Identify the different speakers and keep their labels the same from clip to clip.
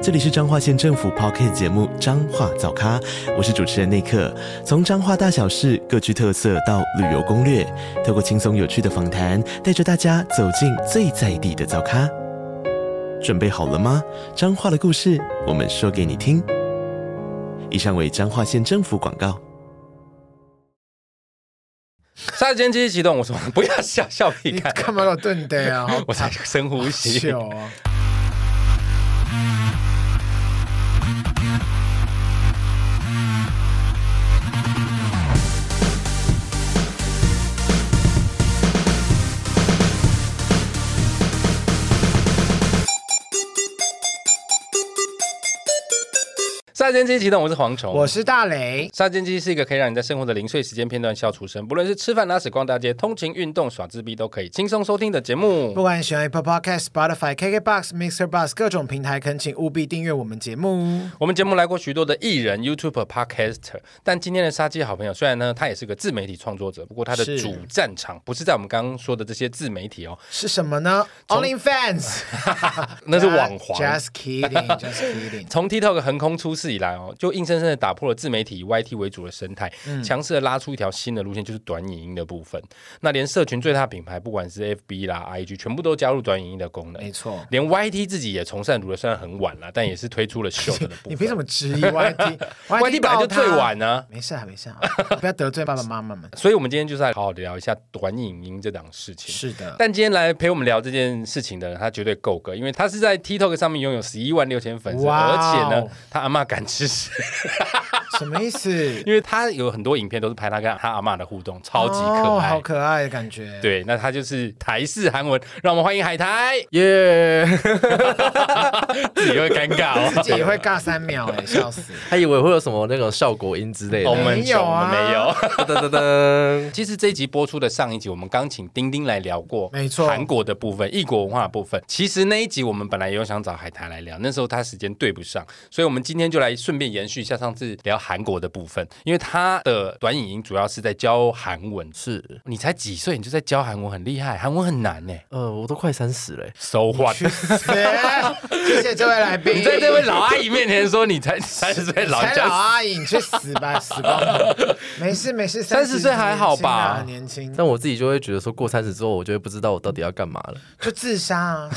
Speaker 1: 这里是彰化县政府 p o c k t 节目《彰化早咖》，我是主持人内克。从彰化大小事各具特色到旅游攻略，透过轻松有趣的访谈，带着大家走进最在地的早咖。准备好了吗？彰化的故事，我们说给你听。以上为彰化县政府广告。
Speaker 2: 杀时间机器启动，我说不要笑笑屁
Speaker 3: 你
Speaker 2: 看，
Speaker 3: 干嘛要瞪 的啊？好
Speaker 2: 我才深呼吸。
Speaker 3: 糗 啊！
Speaker 2: 杀时间机器启动，我是蝗虫。
Speaker 3: 我是大雷，
Speaker 2: 杀时间机是一个可以让你在生活的零碎时间片段笑出声，不论是吃饭、拉屎、逛大街、通勤、运动、耍自闭，都可以轻松收听的节
Speaker 3: 不
Speaker 2: 目。
Speaker 3: 管你喜欢 Apple Podcast、Spotify、KKBox、Mixer Bus 各种平台，恳请务必订阅我们节目。
Speaker 2: 我们节目来过许多的艺人、YouTuber、Podcaster，但今天的杀鸡好朋友，虽然呢他也是个自媒体创作者，不过他的
Speaker 3: 是
Speaker 2: 主战场不是在我们刚刚说的这些自媒体哦，
Speaker 3: 是什么呢？OnlyFans，
Speaker 2: 那是 网黄。
Speaker 3: Just kidding，Just kidding。
Speaker 2: 从 TikTok 横空出世以来哦，就硬生生的打破了自媒体以 YT 为主的生态，
Speaker 3: 嗯
Speaker 2: 强势的拉出一条新的路线，就是短影音的部分。那连社群最大品牌，不管是 FB 啦、IG，全部都加入短影音的功能。哎
Speaker 3: 没错
Speaker 2: 连 YT 自己也从善如流，虽然很晚啦，但也是推出了 Short 的部分。
Speaker 3: 你凭什么质 疑 YT？YT
Speaker 2: YT 本来就最晚呢、
Speaker 3: 没事啊，没事啊，不要得罪爸爸妈 妈们。
Speaker 2: 所以我们今天就是来好好的聊一下短影音这档事情。
Speaker 3: 是的，
Speaker 2: 但今天来陪我们聊这件事情的人，他绝对够格，因为他是在 TikTok 上面拥有十一万六千粉丝，
Speaker 3: 哇哦
Speaker 2: 而且呢，他阿嬷敢吃屎。
Speaker 3: 什么意思？
Speaker 2: 因为他有很多影片都是拍他跟他阿嬷的互动，超级可
Speaker 3: 哦
Speaker 2: 爱。
Speaker 3: 好可爱的感觉。，
Speaker 2: 对，那他就是台式韩文，让我们欢迎海苔，
Speaker 4: 耶、
Speaker 2: 自己会尴尬
Speaker 3: 自己
Speaker 2: 哦。
Speaker 3: 也会尬三秒哎，笑死。
Speaker 4: 还以为会有什么那种效果音之类
Speaker 2: 我
Speaker 4: 的。
Speaker 2: 们
Speaker 3: 没有啊
Speaker 2: 我们没有。
Speaker 4: 噔噔噔，
Speaker 2: 其实这一集播出的上一集，我们刚请丁丁来聊过，
Speaker 3: 没错
Speaker 2: 韩国的部分、异国文化的部分。其实那一集我们本来也有想找海苔来聊，那时候他时间对不上，所以我们今天就来顺便延续一下上次聊韩国的部分，因为他的短影音主要是在教韩文。
Speaker 4: 是，
Speaker 2: 你才几岁你就在教韩文，很厉害，韩文很难欸 呢、
Speaker 4: 呃，我都快三十了欸，
Speaker 2: So what？
Speaker 3: 去死！ 谢谢这位来宾。
Speaker 2: 你在这位老阿姨面前说你才三十岁老
Speaker 3: 才老啊
Speaker 2: 家，
Speaker 3: 阿姨，你去死吧，死 光头！没事没事，
Speaker 2: 30岁还好吧
Speaker 3: 年轻啊年轻
Speaker 4: 但我自己就会觉得说，过三十之后，我就会不知道我到底要干嘛了。
Speaker 3: 就自杀 啊！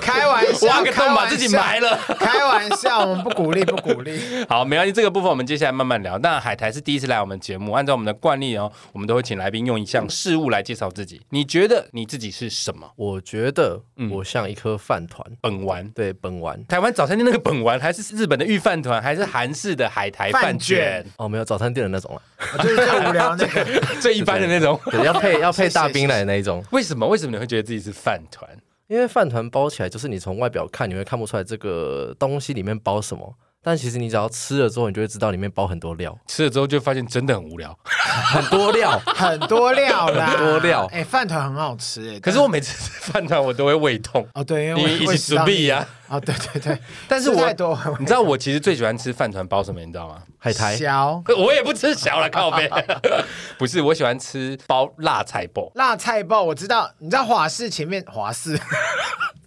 Speaker 3: 开玩笑，
Speaker 2: 挖个
Speaker 3: 开
Speaker 2: 洞把
Speaker 3: 玩
Speaker 2: 自己
Speaker 3: 笑
Speaker 2: 埋了。
Speaker 3: 开玩笑，我们不鼓励，不 鼓励。
Speaker 2: 好，没关系，这个部分我们接下来慢慢聊。那海苔是第一次来我们节目，按照我们的惯例哦，我们都会请来宾用一项事物来介绍自己。你觉得你自己是什么？
Speaker 4: 我觉得
Speaker 2: 嗯
Speaker 4: 我像一颗饭团，
Speaker 2: 本丸。
Speaker 4: 对，本丸。
Speaker 2: 台湾早餐店那个本丸，还是日本的御饭团，还是韩式的海苔饭卷，
Speaker 4: 哦，没有早餐店的那种了，
Speaker 3: 我就是最无聊那个，
Speaker 2: 最一般的那种。
Speaker 4: 对，要 配要配大冰奶的那一种，
Speaker 2: 为什么？为什么你会觉得自己是饭团？
Speaker 4: 因为饭团包起来，就是你从外表看，你会看不出来这个东西里面包什么，但其实你只要吃了之后，你就会知道里面包很多 料，
Speaker 2: 吃了之后就发现真的很无聊。
Speaker 4: 很多料。
Speaker 3: 很多料啦，
Speaker 4: 很多料
Speaker 3: 哎，饭团很好吃哎，
Speaker 2: 可是我每次吃饭团，我都会胃痛。
Speaker 3: 哦对，因为我
Speaker 2: 你一起
Speaker 3: 胃食道
Speaker 2: 准备呀
Speaker 3: 逆流哦对对对，
Speaker 2: 但是
Speaker 3: 吃
Speaker 2: 我
Speaker 3: 太多会
Speaker 2: 你知道我其实最喜欢吃饭团包什么，你知道吗？
Speaker 4: 海苔
Speaker 3: 小
Speaker 2: 我也不吃小了，靠背。 不是，我喜欢吃包辣菜包，
Speaker 3: 辣菜包，我知道，你知道华式前面华式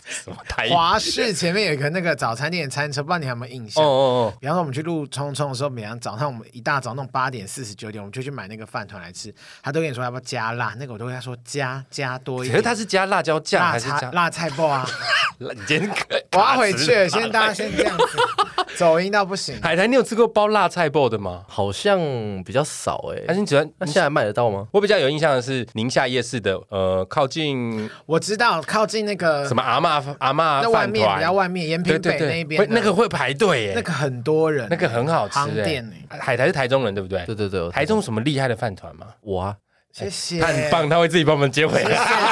Speaker 2: 什么台哦
Speaker 3: 华式前面有一个那个早餐店的餐车，不知道你还有没有印象？
Speaker 2: 哦
Speaker 3: 比方说我们去录冲冲的时候，每天早上我们一大早那种八点四十九点，我们就去买那个饭团来吃。他都跟你说要不要加辣，那个我都跟他说加加多
Speaker 2: 哦，
Speaker 3: 一
Speaker 2: 可
Speaker 3: 点。
Speaker 2: 是它是加辣椒酱
Speaker 3: 辣
Speaker 2: 还是
Speaker 3: 菜
Speaker 2: 加？
Speaker 3: 辣菜包啊！
Speaker 2: 辣你今天
Speaker 3: 我要回去了，
Speaker 2: 卡死
Speaker 3: 先大家先这样子，走音到不 行。
Speaker 2: 海苔，你有吃过包辣菜包的吗？
Speaker 4: 好像比较少哎、
Speaker 2: 还是你喜欢？
Speaker 4: 那现在卖得到吗？
Speaker 2: 我比较有印象的是宁夏夜市的，呃，靠近
Speaker 3: 我知道靠近那个
Speaker 2: 什么阿嬷阿嬷
Speaker 3: 呃那外
Speaker 2: 饭
Speaker 3: 面比较
Speaker 2: 团，
Speaker 3: 外面延平
Speaker 2: 对
Speaker 3: 北
Speaker 2: 对
Speaker 3: 那一
Speaker 2: 对，
Speaker 3: 边
Speaker 2: 会
Speaker 3: 的，
Speaker 2: 那个会排队耶，
Speaker 3: 那个很多人，
Speaker 2: 那个很好吃欸哎
Speaker 3: 行
Speaker 2: 耶
Speaker 3: 店欸耶。
Speaker 2: 海苔是台中人对不对？
Speaker 4: 对对对，
Speaker 2: 台中有什么厉害的饭团吗？
Speaker 4: 我啊，
Speaker 3: 谢谢，
Speaker 2: 他很棒，他会自己帮我们接回来。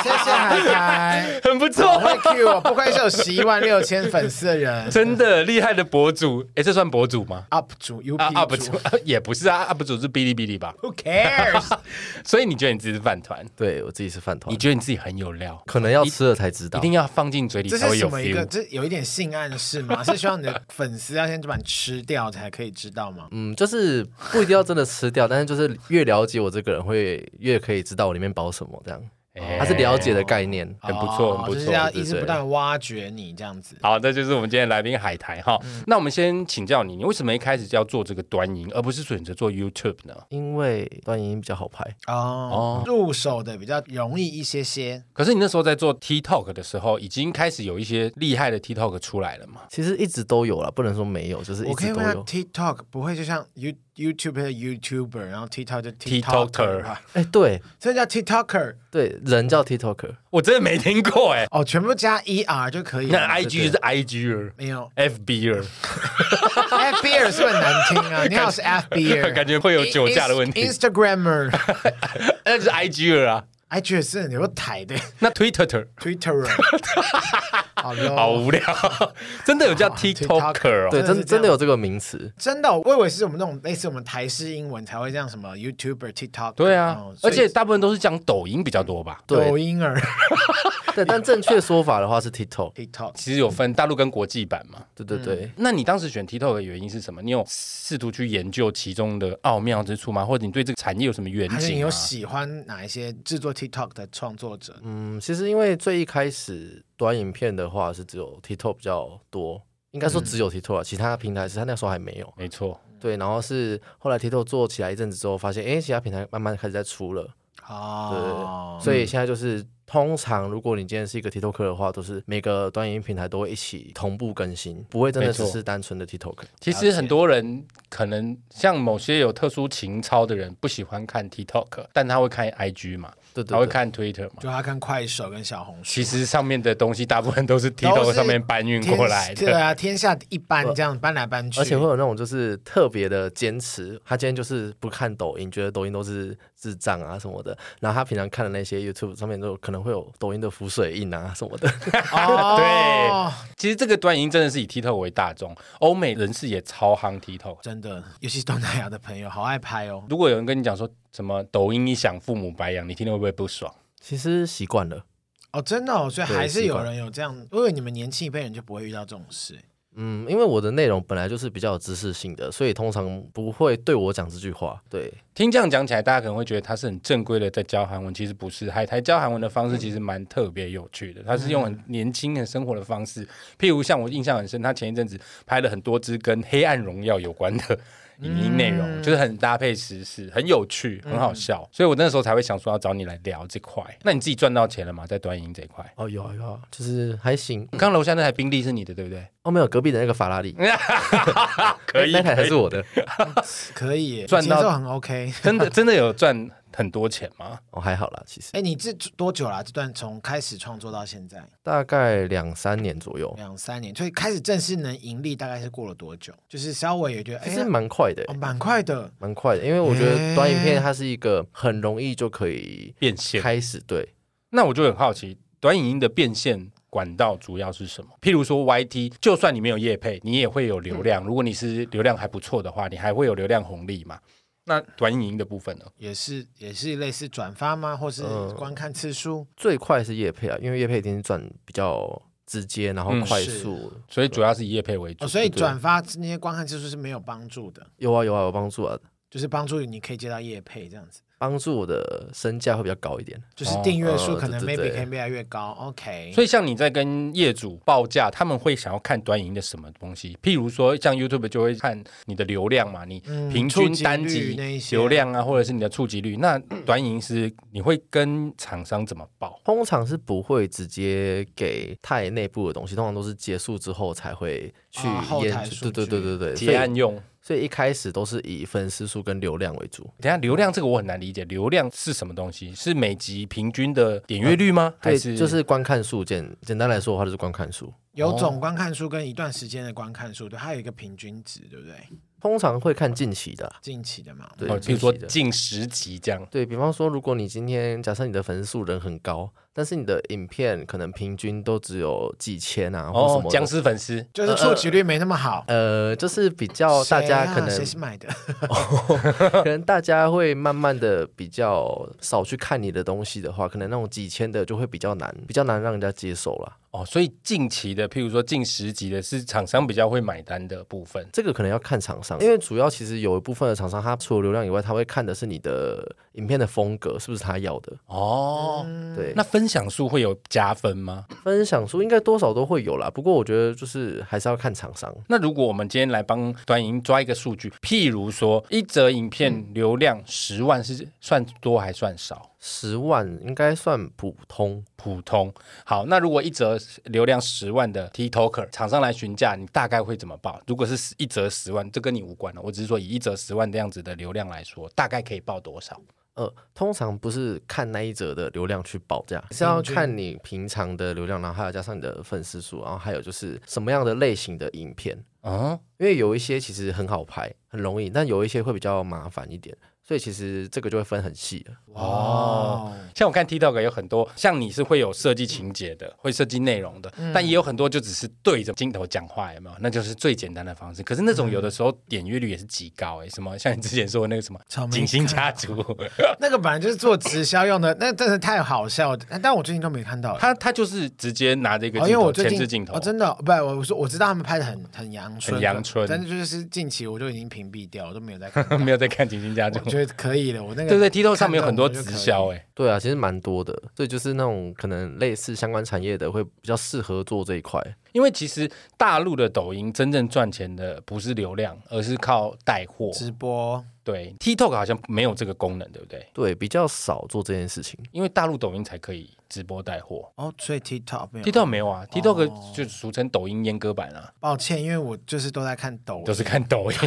Speaker 3: 谢谢谢谢海苔，
Speaker 2: 很不
Speaker 3: 我
Speaker 2: 错，
Speaker 3: 会 Q 我，不愧是有十一万六千粉丝的人
Speaker 2: 真的厉害的博主，哎，这算博主吗？
Speaker 3: ，UP 主 UP
Speaker 2: 啊，UP
Speaker 3: 主
Speaker 2: 主也不 是啊，UP 主是哔哩哔哩吧？
Speaker 3: ，Who cares？
Speaker 2: 所以你觉得你自己是饭团？
Speaker 3: 哦
Speaker 4: 对我自己是饭团
Speaker 2: 你，觉得你自己很有料？
Speaker 4: 可能要吃了才知道
Speaker 2: 一。定要放进嘴里
Speaker 3: 这
Speaker 2: 才
Speaker 3: 是
Speaker 2: 会
Speaker 3: 什
Speaker 2: 有
Speaker 3: 么一个？哦
Speaker 2: feel。
Speaker 3: 这有一点性暗示吗？是希望你的粉丝要先把你吃掉才可以知道吗？
Speaker 4: 嗯，就是不一定要真的吃掉， 但是就是越了解我这个人，会越可以知道我里面包什么，这样。
Speaker 2: 哎
Speaker 4: 它是了解的概念。
Speaker 2: 很不错很不错
Speaker 3: 哦就是要一
Speaker 4: 对
Speaker 3: 直
Speaker 4: 对
Speaker 3: 不断地挖掘你这样子。
Speaker 2: 好，这就是我们今天来宾海苔哈。
Speaker 3: 嗯
Speaker 2: 那我们先请教你，你为什么一开始就要做这个端音，而不是选择做 YouTube 呢？
Speaker 4: 因为端影音比较好拍，
Speaker 3: 哦，入手的比较容易一些些。
Speaker 2: 可是你那时候在做 TikTok 的时候，已经开始有一些厉害的 TikTok 出来了嘛？
Speaker 4: 其实一直都有啦，不能说没有，就是一
Speaker 3: 我可以
Speaker 4: 直都
Speaker 3: 问他
Speaker 4: 有。
Speaker 3: ，TikTok 不会就像 You YouTube 的 YouTuber，然后 TikTok 就
Speaker 2: TikToker
Speaker 3: TikToker 吧？
Speaker 4: 哎、对
Speaker 3: 这叫 TikToker
Speaker 4: 对，人叫 TikToker，
Speaker 2: 我真的没听过 哎、
Speaker 3: 哦，全部加 ER 就可以了。
Speaker 2: 那 IG 就是 er，IG 了
Speaker 3: 没有
Speaker 2: ，FB 了，
Speaker 3: FBer 是不是很难听啊？你好，我是 FBer，
Speaker 2: 感觉会有酒驾的问题
Speaker 3: In-。Instagrammer，IG
Speaker 2: 那就是 IG 了啊。
Speaker 3: 也哎是很有台的
Speaker 2: 那 Twitter
Speaker 3: ，Twitterer，好
Speaker 2: 好
Speaker 3: 咯。
Speaker 2: 无聊， 真的有
Speaker 3: 啊
Speaker 2: 叫
Speaker 3: TikToker
Speaker 2: TikToker 哦。
Speaker 4: 对，
Speaker 3: 真的是这
Speaker 4: 真的
Speaker 3: 样
Speaker 4: 真的有这个名词。
Speaker 3: 真的哦，我以为是我们那种类似我们台式英文才会这样，什么 YouTuber、TikTok，
Speaker 2: 对啊
Speaker 3: 哦，所
Speaker 2: 而
Speaker 3: 以
Speaker 2: 且大部分都是讲抖音比较多吧。
Speaker 4: 对
Speaker 3: 抖音儿
Speaker 4: 对，但正确说法的话是 TikTok。
Speaker 3: TikTok，
Speaker 2: 其实有分大陆跟国际版嘛。
Speaker 4: 对对对，
Speaker 2: 那你当时选 TikTok 的原因是什么？你有试图去研究其中的奥妙之处吗？或者你对这个产业有什么远
Speaker 3: 还是你
Speaker 2: 景、
Speaker 3: 有
Speaker 2: 啊？
Speaker 3: 喜欢哪一些制作 TikTok 的创作者？
Speaker 4: 嗯，其实因为最一开始短影片的话是只有 TikTok 比较多，应
Speaker 3: 嗯
Speaker 4: 该说只有 TikTok，、啊，其他平台是它那时候还没有。
Speaker 2: 没错，
Speaker 4: 对，然后是后来 TikTok 做起来一阵子之后，发现哎，诶其他平台慢慢开始在出了，
Speaker 3: 哦，
Speaker 4: 所以
Speaker 2: 嗯
Speaker 4: 现在就是。通常，如果你今天是一个 TikTok 的话，都是每个短影音平台都会一起同步更新，不会真的
Speaker 2: 没错
Speaker 4: 只是单纯的 TikTok。
Speaker 2: 其
Speaker 3: 了
Speaker 2: 实
Speaker 3: 解
Speaker 2: 很多人可能像某些有特殊情操的人，不喜欢看 TikTok，但他会看 IG 嘛，
Speaker 4: 对对
Speaker 2: 他会
Speaker 4: 对，
Speaker 2: 看 Twitter 嘛。
Speaker 3: 就他看快手跟小红书，
Speaker 2: 其实上面的东西大部分都是
Speaker 3: 都
Speaker 2: TikTok
Speaker 3: 是
Speaker 2: 上面搬运过来
Speaker 3: 天对
Speaker 2: 的。
Speaker 3: 啊，天下一般这样搬来搬去，
Speaker 4: 而且会有那种就是特别的坚持，他今天就是不看抖音，觉得抖音都是智障啊什么的。然后他平常看的那些 YouTube 上面都有可能会有抖音的浮水印啊什么的。
Speaker 3: 哦，
Speaker 2: 其实这个端音真的是以 TikTok 为大众，欧美人士也超夯 TikTok。
Speaker 3: 真的， 尤其是东南亚的朋友，好爱拍哦。
Speaker 2: 如果有人跟你讲说什么抖音一响父母白养，你听了会不会不爽？
Speaker 4: 其实习惯了，
Speaker 3: 哦，真的哦，所以
Speaker 4: 对
Speaker 3: 还是
Speaker 4: 习
Speaker 3: 有
Speaker 4: 惯
Speaker 3: 人有这样，因为你们年轻一辈人就不会遇到这种事。
Speaker 4: 嗯，因为我的内容本来就是比较有知识性的，所以通常不会对我讲这句话。对，
Speaker 2: 听这样讲起来，大家可能会觉得他是很正规的在教韩文，其实不是。海苔教韩文的方式其实蛮特别有趣的，他是用很年轻、很生活的方式，譬如像我印象很深，他前一阵子拍了很多支跟《黑暗荣耀》有关的影音内容，就是很搭配时事，很有趣，很好笑。所以我那时候才会想说要找你来聊这块。那你自己赚到钱了吗？在短影这一块？
Speaker 4: 哦，有啊有啊，就是还行。
Speaker 2: 刚楼下那台宾利是你的，对不对？
Speaker 4: 哦，没有，隔壁的那个法拉利，
Speaker 2: 可以，
Speaker 4: 那台还
Speaker 2: 可以
Speaker 4: 是我的。
Speaker 3: 可以耶，
Speaker 2: 赚到
Speaker 3: 节奏很 OK。
Speaker 2: 真 的真的有赚很多钱吗？
Speaker 4: 哦，还好啦，其实
Speaker 3: 哎，你这多久啦？这段从开始创作到现在
Speaker 4: 大概两三年左右，
Speaker 3: 两三年，所以开始正式能盈利大概是过了多久？就是稍微也觉得，
Speaker 4: 其
Speaker 3: 哎
Speaker 4: 实
Speaker 3: 呀，
Speaker 4: 蛮快的、
Speaker 3: 哦，蛮快的。
Speaker 4: 蛮快的，因为我觉得短影
Speaker 3: 欸
Speaker 4: 片它是一个很容易就可以
Speaker 2: 变现
Speaker 4: 开始，对，
Speaker 2: 那我就很好奇，短影音的变现管道主要是什么？譬如说 YT，就算你没有业配，你也会有流量。如果你是流量还不错的话，你还会有流量红利嘛？那短影音的部分呢？
Speaker 3: 也是也是类似转发吗，或是
Speaker 4: 嗯
Speaker 3: 观看次数？
Speaker 4: 最快是叶配啊，因为叶配一定是赚比较直接，然后
Speaker 2: 嗯
Speaker 4: 快
Speaker 3: 是
Speaker 4: 速。
Speaker 2: 所以主要是以业配为主。
Speaker 3: 哦，所以转发那些观看次数是没有帮助的，
Speaker 4: 有啊有啊，有帮助啊，
Speaker 3: 就是帮助你可以接到业配这样子，
Speaker 4: 帮助我的身价会比较高一点。
Speaker 3: 就是
Speaker 2: 哦
Speaker 3: 订阅
Speaker 4: 呃
Speaker 3: 数可能
Speaker 4: 对
Speaker 3: maybe
Speaker 4: 对
Speaker 3: 可以越来越高。OK，
Speaker 2: 所以像你在跟业主报价，他们会想要看短影音的什么东西？譬如说，像 YouTube 就会看你的流量嘛，你
Speaker 3: 嗯
Speaker 2: 平
Speaker 3: 触
Speaker 2: 均
Speaker 3: 及
Speaker 2: 单
Speaker 3: 率
Speaker 2: 集
Speaker 3: 那一些嗯
Speaker 2: 流量啊，或者是你的触及率。那短影音是你会跟厂商怎么报？
Speaker 4: 通常是不会直接给太内部的东西，通常都是结束之后才会去
Speaker 3: 啊后
Speaker 4: 研
Speaker 3: 台
Speaker 4: 究。
Speaker 3: 数
Speaker 4: 对对对对对，所
Speaker 2: 结
Speaker 4: 以
Speaker 2: 案用？
Speaker 4: 所以一开始都是以粉丝数跟流量为主。
Speaker 2: 等一下流量这个我很难理解，流量是什么东西？是每集平均的点阅率
Speaker 3: 啊
Speaker 2: 吗？还
Speaker 4: 对，
Speaker 2: 是
Speaker 4: 就是观看数，简简单来说的话就是观看数。
Speaker 2: 哦
Speaker 3: 有总观看数跟一段时间的观看数，对，它有一个平均值，对不对？
Speaker 4: 通常会看近期的啊，
Speaker 3: 近期的嘛，
Speaker 4: 对
Speaker 2: 哦，比如说
Speaker 4: 近期的
Speaker 2: 近十集这样，
Speaker 4: 对比方说，如果你今天假设你的粉丝数人很高，但是你的影片可能平均都只有几千啊，或什
Speaker 2: 哦
Speaker 4: 么，的
Speaker 2: 僵尸粉丝
Speaker 3: 就是触及率没那么好。
Speaker 4: 呃，就是比较大家
Speaker 3: 谁啊
Speaker 4: 可能、
Speaker 3: 谁是买的？
Speaker 4: 可能大家会慢慢的比较少去看你的东西的话，可能那种几千的就会比较难，比较难让人家接受啦。
Speaker 2: 哦，所以近期的，譬如说近十集的，是厂商比较会买单的部分。
Speaker 4: 这个可能要看厂商，因为主要其实有一部分的厂商，他除了流量以外，他会看的是你的影片的风格是不是他要的。
Speaker 2: 哦，
Speaker 4: 对，
Speaker 2: 那分享数会有加分吗？
Speaker 4: 分享数应该多少都会有啦，不过我觉得就是还是要看厂商。
Speaker 2: 那如果我们今天来帮短影音抓一个数据，譬如说一则影片流量十万是算多还算少？
Speaker 4: 十万应该算普通，
Speaker 2: 普通。好，那如果一则流量十万的 TikToker 厂商来询价，你大概会怎么报？如果是十一则十万，这跟你无关了，我只是说以一则十万这样子的流量来说，大概可以报多少？
Speaker 4: 呃，通常不是看那一则的流量去报价，是要看你平常的流量，然后还有加上你的粉丝数，然后还有就是什么样的类型的影片，
Speaker 2: 嗯，
Speaker 4: 因为有一些其实很好拍，很容易，但有一些会比较麻烦一点，所以其实这个就会分很细了。
Speaker 2: 哦，像我看 TikTok 有很多，像你是会有设计情节
Speaker 3: 嗯
Speaker 2: 的，会设计内容的，但也有很多就只是对着镜头讲话，有没有？那就是最简单的方式。可是那
Speaker 3: 嗯
Speaker 2: 种有的时候点阅率也是极高哎、什么像你之前说的那个什么
Speaker 3: 草
Speaker 2: 《
Speaker 3: 莓
Speaker 2: 锦星家族》
Speaker 3: 那个本来就是做直销用的，那真的太好笑了。但我最近都没看到 了。
Speaker 2: 他他就是直接拿着一个
Speaker 3: 哦，
Speaker 2: 镜
Speaker 3: 因为
Speaker 2: 头，
Speaker 3: 我最
Speaker 2: 前置
Speaker 3: 近
Speaker 2: 镜头，
Speaker 3: 哦，真的不，我说我知道他们拍的很很阳春，
Speaker 2: 很阳春
Speaker 3: 但是就是近期我就已经屏蔽掉，我都没有在看
Speaker 2: 。没有在看《锦星家族
Speaker 3: 我》。觉得可以了，我那 个
Speaker 2: 对对，TikTok 上面有很多
Speaker 3: 看
Speaker 2: 直
Speaker 3: 到我就可以
Speaker 2: 销哎、
Speaker 4: 对啊，其实蛮多的，所以就是那种可能类似相关产业的会比较适合做这一块。
Speaker 2: 因为其实大陆的抖音真正赚钱的不是流量，而是靠带货。
Speaker 3: 直播，
Speaker 2: 对，TikTok 好像没有这个功能，对不对？
Speaker 4: 对，比较少做这件事情。
Speaker 2: 因为大陆抖音才可以直播带货
Speaker 3: 哦，所以 TikTok 没有
Speaker 2: ，TikTok 没有啊，TikTok
Speaker 4: 哦
Speaker 2: 就俗称抖音阉割版啊，
Speaker 3: 抱歉，因为我就是都在看抖音，
Speaker 2: 都是看抖音。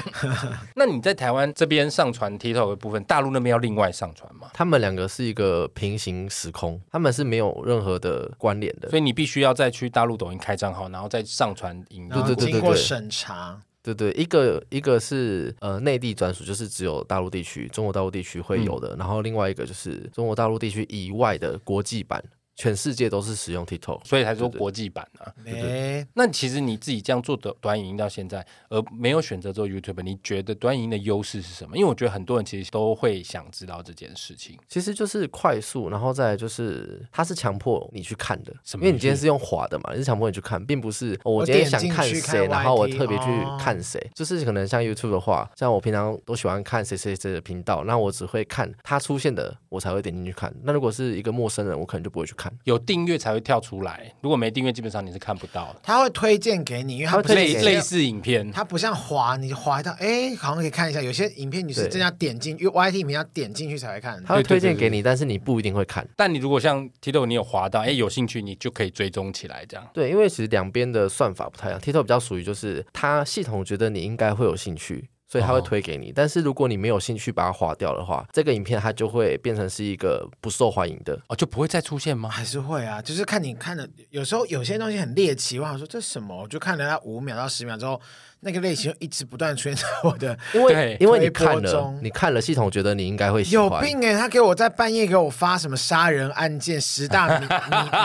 Speaker 2: 那你在台湾这边上传 TikTok 的部分，大陆那边要另外上传吗？
Speaker 4: 他们两个是一个平行时空，他们是没有任何的关联的。
Speaker 2: 所以你必须要再去大陆抖音开账号，然后再上传影
Speaker 3: 然
Speaker 2: 音。
Speaker 3: 后
Speaker 4: 对对对
Speaker 3: 经过
Speaker 4: 对
Speaker 3: 审查，
Speaker 4: 对对，一个一个是呃内地专属，就是只有大陆地区、中国大陆地区会有的，然后另外一个就是中国大陆地区以外的国际版，全世界都是使用 TikTok。
Speaker 2: 所以才说国际版啊。
Speaker 3: 没
Speaker 2: 那其实你自己这样做的短影音到现在，而没有选择做 YouTube，你觉得短影音的优势是什么？因为我觉得很多人其实都会想知道这件事情。
Speaker 4: 其实就是快速，然后再来就是它是强迫你去看的，
Speaker 2: 什
Speaker 4: 因
Speaker 2: 么
Speaker 4: 为
Speaker 2: 意
Speaker 4: 你
Speaker 2: 思
Speaker 4: 今天是用滑的嘛，你是强迫你去看，并不是、哦
Speaker 3: 我
Speaker 4: 我今天
Speaker 3: 点
Speaker 4: 想
Speaker 3: 进
Speaker 4: 看
Speaker 3: 去
Speaker 4: 谁，
Speaker 3: 看
Speaker 4: 然后我
Speaker 3: YT
Speaker 4: 特别去
Speaker 3: 哦
Speaker 4: 看谁，就是可能像 YouTube 的话，像我平常都喜欢看谁谁谁的频道，那我只会看他出现的，我才会点进去看。那如果是一个陌生人，我可能就不会去看。
Speaker 2: 有订阅才会跳出来，如果没订阅，基本上你是看不到的。
Speaker 3: 他会推荐给你，因为他
Speaker 4: 他会
Speaker 3: 不是
Speaker 4: 推
Speaker 2: 类
Speaker 4: 荐
Speaker 2: 类似影片，
Speaker 3: 它不像滑，你滑到哎，好像可以看一下。有些影片你是
Speaker 4: 对
Speaker 3: 真的要点进，因为 YT 影片要点进去才会看。
Speaker 4: 他会
Speaker 2: 对对
Speaker 4: 推
Speaker 2: 对
Speaker 4: 荐
Speaker 2: 对
Speaker 4: 给你，但是你不一定会看。
Speaker 2: 但你如果像 Tito，你有滑
Speaker 3: 嗯
Speaker 2: 到，哎，有兴趣你就可以追踪起来，这样。
Speaker 4: 对，因为其实两边的算法不太一样，TikTok 比较属于就是它系统觉得你应该会有兴趣，所以它会
Speaker 2: 哦
Speaker 4: 推给你。但是如果你没有兴趣把它划掉的话，这个影片它就会变成是一个不受欢迎的。
Speaker 2: 哦，就不会再出现吗？
Speaker 3: 还是会啊，就是看你看的，有时候有些东西很猎奇，我想说这什么，我就看了它五秒到十秒之后，那个类型就一直不断地出现在我的。
Speaker 4: 因
Speaker 2: 对
Speaker 4: 为因为你
Speaker 3: 推波
Speaker 4: 看了
Speaker 3: 中，
Speaker 4: 你看了系统觉得你应该会 喜
Speaker 3: 有
Speaker 4: 欢。
Speaker 3: 病哎、他给我在半夜给我发什么杀人案件十大谜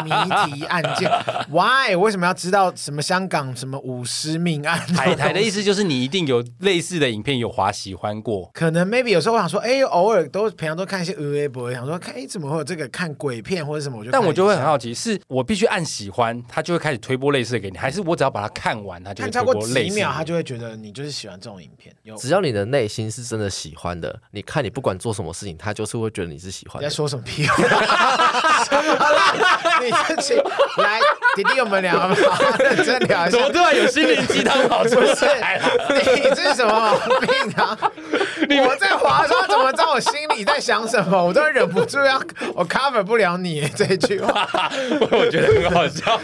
Speaker 3: 谜谜题案 件，why 为什么要知道什么香港什么舞狮命案？
Speaker 2: 台台的意思就是你一定有类似的影片有滑喜欢过，
Speaker 3: 可能 maybe 有时候我想说，哎、偶尔都平常都看一些呃微博，想说看，哎、怎么会有这个看鬼片或者什么？我就
Speaker 2: 但我就会很
Speaker 3: 好
Speaker 2: 好奇，是我必须按喜欢，他就会开始推播类似的给你，还是我只要把它看完，他就会
Speaker 3: 看
Speaker 2: 推
Speaker 3: 超过
Speaker 2: 播类
Speaker 3: 几
Speaker 2: 似的？
Speaker 3: 秒，他就会觉得你就是喜欢这种影片。有
Speaker 4: 只要你的内心是真的喜欢的，你看你不管做什么事情，它就是会觉得你是喜欢
Speaker 3: 你在
Speaker 4: 的。
Speaker 3: 说什么屁话？ 什么啦？你自己来，弟弟，我们聊吧，认真聊一下哎
Speaker 2: 怎。么突然有心灵鸡汤跑出
Speaker 3: 不是
Speaker 2: 来了？
Speaker 3: 你这是什么毛病啊？我在滑的时候怎么知道我心里在想什么？我都忍不住要，我 cover 不了你这句话。
Speaker 2: 我觉得很好笑。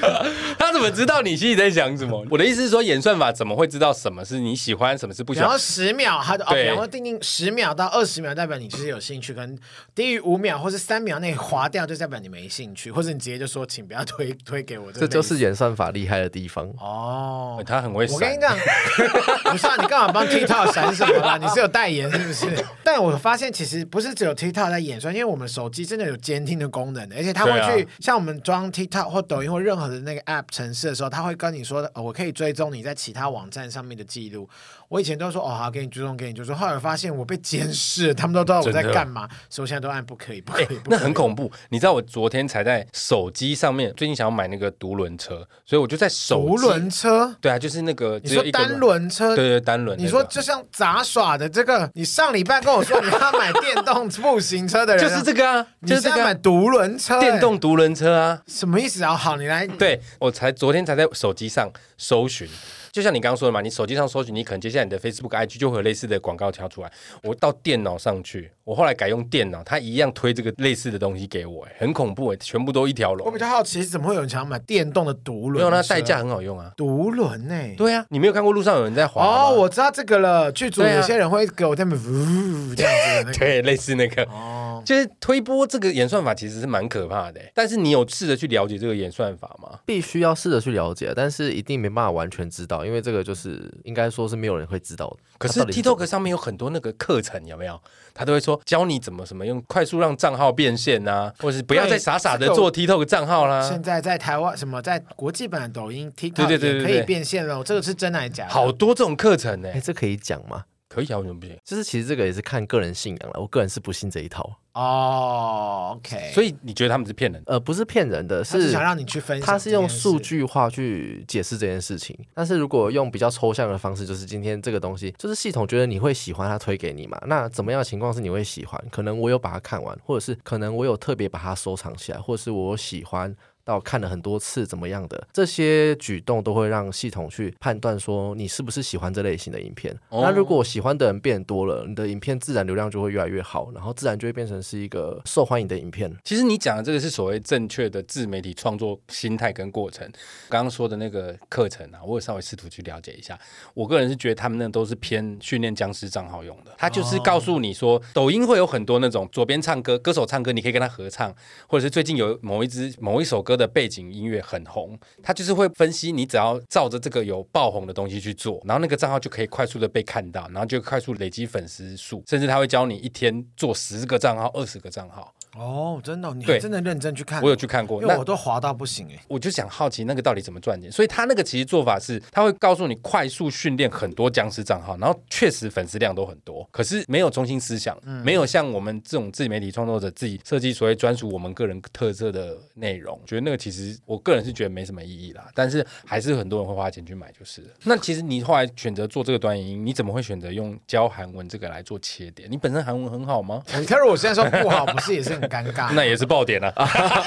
Speaker 2: 他怎么知道你心里在想什么？我的意思是说，演算法怎么会知道什么是你喜欢，什么是不喜
Speaker 3: 然
Speaker 2: 欢
Speaker 3: 后？十秒，他就哦，
Speaker 2: 对
Speaker 3: 然后定定十秒到二十秒，代表你其实有兴趣；可能低于五秒或是三秒内划掉，就代表你没兴趣，或者你直接就说请不要推推给我。
Speaker 4: 这就是
Speaker 3: 类似
Speaker 4: 演算法厉害的地方。
Speaker 3: 哦
Speaker 2: 哦。他很会
Speaker 3: 我跟
Speaker 2: 闪
Speaker 3: 你。讲， 不是啊，你干嘛帮 TikTok 闪什么 啦？你是有代言是不是？但我发现其实不是只有 TikTok 在演算，因为我们手机真的有监听的功能，而且它会
Speaker 2: 对啊
Speaker 3: 去、像我们装 TikTok 或抖音或任何的那个 App 城市的时候，它会跟你说，哦、我可以追踪你在其他网站上面的记录。我以前都说哦好，给你追踪，给你追踪，后来发现我被监视，他们都知道我在
Speaker 2: 真的
Speaker 3: 干嘛，所以我现在都按不可以，不可以，不可以
Speaker 2: 那很恐怖，你知道我昨天才在手机上面，最近想要买那个独轮车，所以我就在手机
Speaker 3: 独轮车，
Speaker 2: 对啊，就是那个
Speaker 3: 你
Speaker 2: 只有
Speaker 3: 说
Speaker 2: 一个
Speaker 3: 单轮车，
Speaker 2: 对对单轮那个，
Speaker 3: 你说就像杂耍的这个，你上礼拜跟我说你要买电动步行车的 人，
Speaker 2: 就是这个啊，
Speaker 3: 你
Speaker 2: 就是
Speaker 3: 是
Speaker 2: 这
Speaker 3: 要
Speaker 2: 个
Speaker 3: 买
Speaker 2: 啊
Speaker 3: 独轮车、
Speaker 2: 电动独轮车啊。
Speaker 3: 哎什么意思啊？好，你来，
Speaker 2: 对我才昨天才在手机上搜寻，就像你刚刚说的嘛，你手机上搜寻，你可能接下来你的 Facebook、IG 就会有类似的广告跳出来。我到电脑上去，我后来改用电脑，它一样推这个类似的东西给我、哎很恐怖哎、全部都一条
Speaker 3: 我
Speaker 2: 龙
Speaker 3: 比。较好奇，怎么会有人想要买电动的独
Speaker 2: 没
Speaker 3: 轮？
Speaker 2: 有，那代驾，很好用啊。
Speaker 3: 独轮呢？
Speaker 2: 对啊，你没有看过路上有人在滑吗
Speaker 3: 哦，我知道这个了。剧组
Speaker 2: 对啊
Speaker 3: 有些人会给我在那边呜这 样子的那个。
Speaker 2: 对，类似那个，
Speaker 3: 哦，
Speaker 2: 就是推波这个演算法其实是蛮可怕的、哎但是你有试着去了解这个演算法吗？
Speaker 4: 必须要试着去了解，但是一定没办法完全知道，因为这个就是应该说是没有人会知道的。
Speaker 2: 可是
Speaker 4: 它到底怎么
Speaker 2: TikTok 上面有很多那个课程，有没有？他都会说教你怎么什么用快速让账号变现啊，或是不要再傻傻的
Speaker 3: 对
Speaker 2: 做 TikTok 账号啦、
Speaker 3: 现在啊在台湾什么在国际版的抖音、
Speaker 2: 对
Speaker 3: TikTok
Speaker 2: 对对
Speaker 3: 也
Speaker 2: 对
Speaker 3: 可
Speaker 2: 对
Speaker 3: 以变现了，这个是真还是假的？
Speaker 2: 好多这种课程呢、
Speaker 4: 哎、这可以讲吗？
Speaker 2: 可以啊，为什么不行？
Speaker 4: 就是其实这个也是看个人信仰了，我个人是不信这一套，
Speaker 3: 哦，OK。
Speaker 2: 所
Speaker 3: 以
Speaker 2: 以你觉得他们是骗人的？
Speaker 4: 呃，不是骗人的，
Speaker 3: 他
Speaker 4: 是
Speaker 3: 是想让你去分享，
Speaker 4: 它是用数。据化去解释这件事情，但是如果用比较抽象的方式，就是今天这个东西，就是系统觉得你会喜欢，它推给你嘛。那怎么样的情况是你会喜欢？可能我有把它看完，或者是可能我有特别把它收藏起来，或者是我喜欢。到看了很多次怎么样的这些举动都会让系统去判断说你是不是喜欢这类型的影片。
Speaker 2: 哦
Speaker 4: 那如果喜欢的人变多了，你的影片自然流量就会越来越好，然后自然就会变成是一个受欢迎的影片。
Speaker 2: 其实你讲的这个是所谓正确的自媒体创作心态跟过程。刚刚说的那个课程啊，我有稍微试图去了解一下。我个人是觉得他们那都是偏训练僵尸账号用的，他就是告诉你说，抖音会有很多那种左边唱歌，歌手唱歌，你可以跟他合唱，或者是最近有某一支某一首歌的背景音乐很红，他就是会分析你只要照着这个有爆红的东西去做，然后那个账号就可以快速的被看到，然后就快速累积粉丝数，甚至他会教你一天做十个账号、二十个账号。
Speaker 3: 哦，真的哦，你还
Speaker 2: 对
Speaker 3: 真的认真去看，
Speaker 2: 我有去看过，
Speaker 3: 因为
Speaker 2: 那
Speaker 3: 我都滑到不行哎、
Speaker 2: 我就想好奇那个到底怎么赚钱，所以他那个其实做法是，他会告诉你快速训练很多僵尸账号，然后确实粉丝量都很多，可是没有中心思想，
Speaker 3: 嗯
Speaker 2: 没有像我们这种自媒体创作者自己设计所谓专属我们个人特色的内容，觉得那个其实我个人是觉得没什么意义啦，但是还是很多人会花钱去买就是了。那其实你后来选择做这个短影音，你怎么会选择用教韩文这个来做切点？你本身韩文很好吗？
Speaker 3: 你看如果欸我现在说不好，不是也是很尴尬？
Speaker 2: 那也是爆点啊！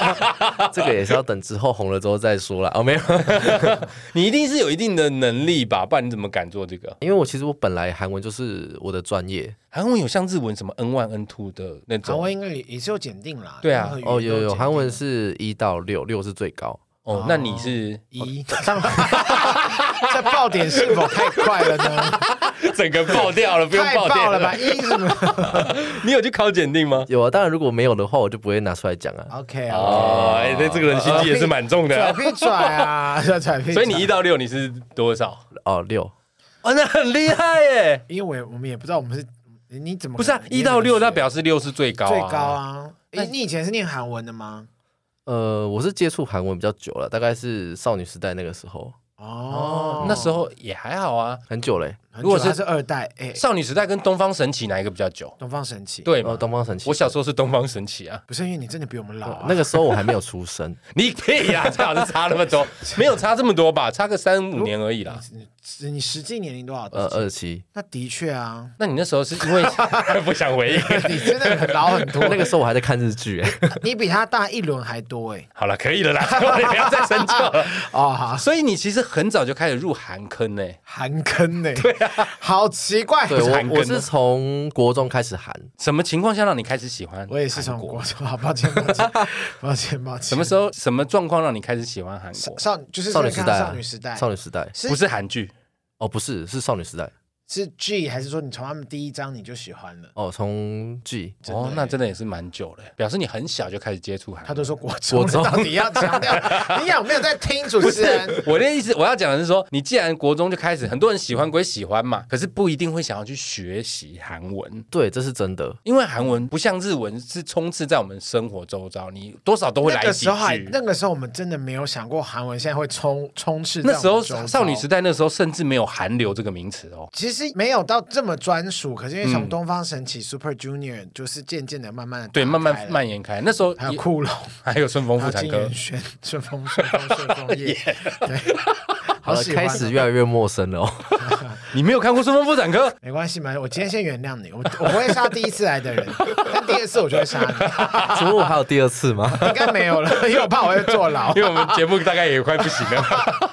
Speaker 4: 这个也是要等之后红了之后再说了。哦，没有。
Speaker 2: 你一定是有一定的能力吧，不然你怎么敢做这个？
Speaker 4: 因为我其实我本来韩文就是我的专业，
Speaker 2: 韩文有像日文什么 N one N two 的那种，
Speaker 3: 韩文应该也也是有检定啦。
Speaker 2: 对啊
Speaker 3: 任何语言都
Speaker 4: 哦，有有
Speaker 3: 检
Speaker 4: 有，
Speaker 3: 定
Speaker 4: 韩文是一到六，六是最高。
Speaker 2: 哦，那你是
Speaker 3: 一， 这爆点是否太快了呢？
Speaker 2: 整个爆掉 了，不用
Speaker 3: 哦太
Speaker 2: 爆
Speaker 3: 爆
Speaker 2: 掉
Speaker 3: 了吧？？一什么
Speaker 2: 你有去考检定吗？
Speaker 4: 有啊，当然如果没有的话，我就不会拿出来讲啊。
Speaker 3: ？OK
Speaker 2: 哦，
Speaker 3: 啊，
Speaker 2: 哎，那这个人心机也是蛮重的
Speaker 3: 拽
Speaker 2: 啊。
Speaker 3: 屁拽啊， 拽屁拽。
Speaker 2: 所以你一到六你是多少？
Speaker 4: 哦，六，
Speaker 2: 哦，那很厉害耶！
Speaker 3: 因为我也我们也不知道我们是你怎么
Speaker 2: 不是啊，一到六，那表哦示六是最高，
Speaker 3: 最高。啊。你你以前是念韩文的吗？
Speaker 4: 呃，我是接触韩文比较久了，大概是少女时代那个时候，
Speaker 3: 哦
Speaker 2: 哦，，那时候也还好啊。
Speaker 4: 很久嘞。
Speaker 3: 很久
Speaker 2: 如果是
Speaker 3: 他是二代，哎，
Speaker 2: 少女时代跟东方神起哪一个比较久？
Speaker 3: 哦东方神起，，
Speaker 2: 对
Speaker 4: 呃，
Speaker 2: 吗？
Speaker 4: 东方神起，
Speaker 2: 我小时候是东方神起啊，
Speaker 3: 不是因为你真的比我们老
Speaker 2: 哦
Speaker 3: 啊
Speaker 4: 那。个时候我还没有出生，
Speaker 2: 你屁呀， 最好是差那么多，没有差这么多吧，差个三五年而已 啦。
Speaker 3: 你你实际年龄多少？
Speaker 4: 呃，二七，
Speaker 3: 那的确啊，
Speaker 2: 那你那时候是因 为不想回应？
Speaker 3: 你真的很老很多，
Speaker 4: 那个时候我还在看日剧，哎
Speaker 3: 你比他大一轮还多哎。
Speaker 2: 好了，可以了啦，我也不要再深究了。
Speaker 3: 哦，好，
Speaker 2: 所以你其实很早就开始入韩坑呢、
Speaker 3: 韩坑呢？对啊，好奇怪。
Speaker 4: 对
Speaker 2: 是韩
Speaker 4: 我我
Speaker 2: 庚
Speaker 4: 是
Speaker 2: 吗
Speaker 4: 从国中开始韩，
Speaker 2: 什么情况下让你开始喜欢？
Speaker 3: 我也是从国。中，好抱歉，抱歉，抱歉，抱歉。
Speaker 2: 什么时候、什么状况让你开始喜欢韩国？
Speaker 3: 少就是
Speaker 4: 少女
Speaker 3: 看
Speaker 4: 时
Speaker 3: 到
Speaker 4: 代啊
Speaker 3: 少女时代，
Speaker 4: 少女时代
Speaker 3: 是
Speaker 2: 不是韩剧，
Speaker 4: 哦，不是是少女时代
Speaker 3: 是 G 还是说你从他们第一章你就喜欢了？
Speaker 4: 哦，从 G
Speaker 3: 真的
Speaker 2: 哦，那真的也是蛮久了，表示你很小就开始接触韩
Speaker 3: 他
Speaker 2: 国。
Speaker 3: 都说国中，
Speaker 4: 国中
Speaker 3: 你到底要强调？你有没有在听主持人？
Speaker 2: 我的意思，我要讲的是说，你既然国中就开始，很多人喜欢归喜欢嘛，可是不一定会想要去学习韩文，
Speaker 4: 对，这是真的。
Speaker 2: 因为韩文不像日文是充斥在我们生活周遭，你多少都会来
Speaker 3: 那个
Speaker 2: 几
Speaker 3: 时候还
Speaker 2: 句。
Speaker 3: 那个时候我们真的没有想过韩文现在会充充斥在
Speaker 2: 那时候
Speaker 3: 我们周遭
Speaker 2: 少女时代，那时候甚至没有“韩流”这个名词哦。
Speaker 3: 其实没有到这么专属，可是因为从
Speaker 2: 嗯
Speaker 3: 东方神起、Super Junior 就是渐渐的慢慢的
Speaker 2: 对，慢慢蔓延开。那时候
Speaker 3: 还有
Speaker 2: 也
Speaker 3: 酷龙、
Speaker 2: 还有顺丰妇
Speaker 3: 还有
Speaker 2: 产
Speaker 3: 金
Speaker 2: 科
Speaker 3: 元，轩、顺风顺风顺风夜，对，
Speaker 4: 好了，
Speaker 3: 喜欢
Speaker 4: 开
Speaker 3: 哦
Speaker 4: 始越来越陌生了、哦。
Speaker 2: 你没有看过顺丰妇产 科？
Speaker 3: 没关系嘛，我今天先原谅你，我我不会杀第一次来的人，但第二次我就会杀你，
Speaker 4: 请问我还有第二次吗？
Speaker 3: 应该没有了，因为我怕我会坐牢
Speaker 2: 因。为我们节目大概也快不行 了，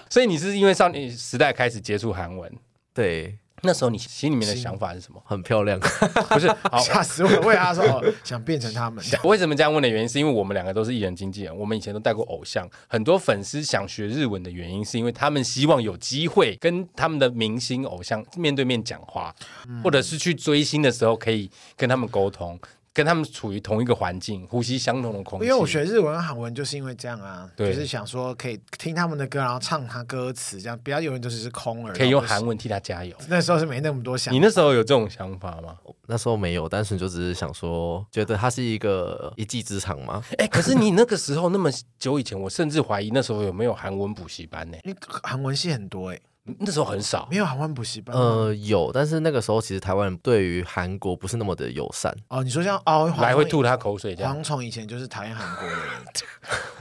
Speaker 2: 所以你是因为少女时代开始接触韩文，
Speaker 4: 对，
Speaker 2: 那时候你心里面的想法是什么？
Speaker 4: 很漂亮。
Speaker 2: 不是 好。
Speaker 3: 吓死我！为他说哦，想变成他们，
Speaker 2: 我为什么这样问的原因，是因为我们两个都是艺人经纪人，我们以前都带过偶像，很多粉丝想学日文的原因，是因为他们希望有机会跟他们的明星偶像面对面讲话，或者是去追星的时候可以跟他们沟通，跟他们处于同一个环境，呼吸相同的空
Speaker 3: 因
Speaker 2: 气。
Speaker 3: 为我学日文、韩文就是因为这样啊，就
Speaker 2: 对
Speaker 3: 是想说可以听他们的歌，然后唱他歌词，这样不要永远都只是空耳。
Speaker 2: 可以用
Speaker 3: 然后
Speaker 2: 韩文替他加油
Speaker 3: 不。是。那时候是没那么多想
Speaker 2: 你，那时候有这种想法吗？
Speaker 4: 那时候没有，单纯就只是想说，觉得它是一个一技之长嘛。
Speaker 2: 哎、可是你那个时候那么久以前，我甚至怀疑那时候有没有韩文补习班呢、
Speaker 3: 因为韩文系很多哎，
Speaker 2: 那时候很少
Speaker 3: 没。有韩文补习班吗。
Speaker 2: 嗯
Speaker 4: 呃，有，但是那个时候其实台湾人对于韩国不是那么的友善。
Speaker 3: 哦，你说像哦，
Speaker 2: 来回
Speaker 3: 会
Speaker 2: 吐他口水这样，
Speaker 3: 蝗虫以前就是讨厌韩国的人，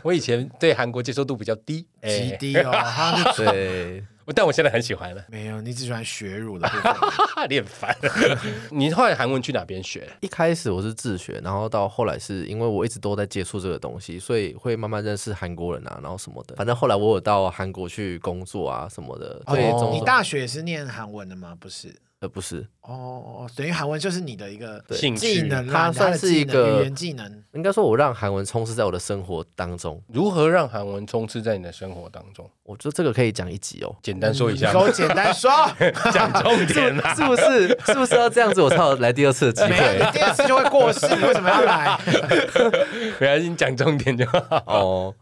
Speaker 2: 我以前对韩国接受度比较低， 哎
Speaker 3: 极低哦，他就 ，
Speaker 4: 对，
Speaker 2: 但我现在很喜欢了
Speaker 3: 没有，你只喜欢学儒的部分。
Speaker 2: 你很烦。 你后来韩文去哪边学？
Speaker 4: 一开始我是自学，然后到后来是因为我一直都在接触这个东西，所以会慢慢认识韩国人啊，然后什么的。反正后来我有到韩国去工作啊什么的。对，
Speaker 2: 哦
Speaker 4: 中
Speaker 3: 你大学也是念韩文的吗？不是。
Speaker 4: 呃不是，
Speaker 3: 哦，等于韩文就是你的一个
Speaker 2: 兴
Speaker 3: 技
Speaker 2: 趣？
Speaker 3: 能啦，
Speaker 4: 它
Speaker 3: 你的
Speaker 4: 算是
Speaker 3: 技
Speaker 4: 一
Speaker 3: 能
Speaker 4: 个
Speaker 3: 语言技能。
Speaker 4: 应该说我让韩文充斥在我的生活当中。
Speaker 2: 如何让韩文充斥在你的生活当中？
Speaker 4: 我觉得这个可以讲一集哦。
Speaker 2: 简单说一下
Speaker 3: 你
Speaker 2: 嘛
Speaker 3: 给，我简单 说，
Speaker 2: 讲重点 啊！
Speaker 4: 是不是？是不是要这样子我才有来第二次的机
Speaker 3: 没有
Speaker 4: 会
Speaker 3: 你？第二次就会过世，你为什么要来？
Speaker 2: 没关系，你讲重点就好。
Speaker 4: 哦，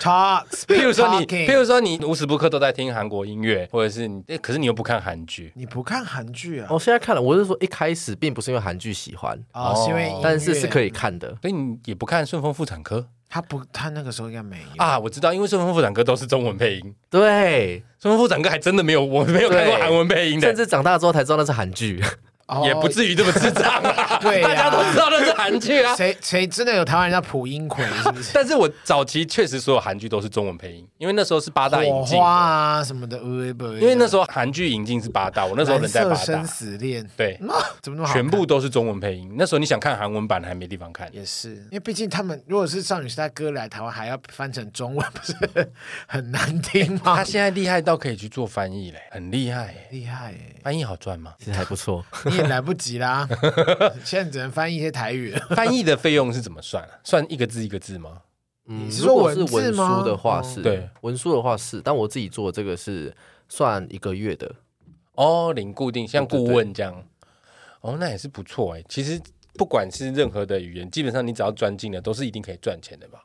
Speaker 3: Talk，
Speaker 2: 譬如说你，譬
Speaker 3: talking
Speaker 2: 如说你无时不刻都在听韩国音乐，或者是你，哎可是你又不看韩剧，
Speaker 3: 你不看韩剧啊？
Speaker 2: 哦
Speaker 4: 我哦现在看了，我是说一开始并不是因为韩剧喜欢，
Speaker 3: 哦，是因为音乐
Speaker 4: 但是是可以，看的。
Speaker 2: 所以你也不看顺丰妇产科
Speaker 3: 他不，他那个时候应该没有。
Speaker 2: 啊？我知道，因为顺丰妇产科都是中文配音，
Speaker 4: 对，
Speaker 2: 顺丰妇产科还真的没有，我没有看过
Speaker 4: 对
Speaker 2: 韩文配音的
Speaker 4: 甚。至长大之后才知道那是韩剧。？
Speaker 3: 哦
Speaker 2: 啊也不至于这么智障 啊！
Speaker 3: 对呀
Speaker 2: 大家都知道那是韩剧 啊。
Speaker 3: 谁谁真的有台湾人叫朴英奎，是不 是？
Speaker 2: 但是我早期确实所有韩剧都是中文配音，因为那时候是八大
Speaker 3: 火
Speaker 2: 引进
Speaker 3: 花
Speaker 2: 的，
Speaker 3: 啊什么的，因
Speaker 2: 因为那时候韩剧引进是八大，我那时候人在八
Speaker 3: 生
Speaker 2: 大，
Speaker 3: 死恋，
Speaker 2: 对，
Speaker 3: 嗯 怎么那么好看
Speaker 2: 全部都是中文配音。那时候你想看韩文版还没地方看，
Speaker 3: 也是，因为毕竟他们如果是少女时代歌来台湾，还要翻成中文，不是很难听吗
Speaker 2: 啊 他？现在厉害到可以去做翻译嘞，很厉害耶。
Speaker 3: 厉害耶，
Speaker 2: 翻译好赚吗
Speaker 4: 其实还不错，
Speaker 3: 你也来不及 啦，现在只能翻译一些台语了。
Speaker 2: 翻译的费用是怎么算啊？算一个字一个字吗？
Speaker 4: 嗯
Speaker 3: 你，是
Speaker 4: 如果
Speaker 3: 说
Speaker 4: 是
Speaker 3: 文字
Speaker 4: 文
Speaker 3: 吗哦
Speaker 4: 书的话是，
Speaker 2: 对，
Speaker 4: 文书的话是，但我自己做这个是算一个月的，
Speaker 2: 哦，领固定像
Speaker 4: 对对
Speaker 2: 顾
Speaker 4: 对
Speaker 2: 问这样，哦，那也是不错哎。其实不管是任何的语言，基本上你只要钻进了，都是一定可以赚钱的吧。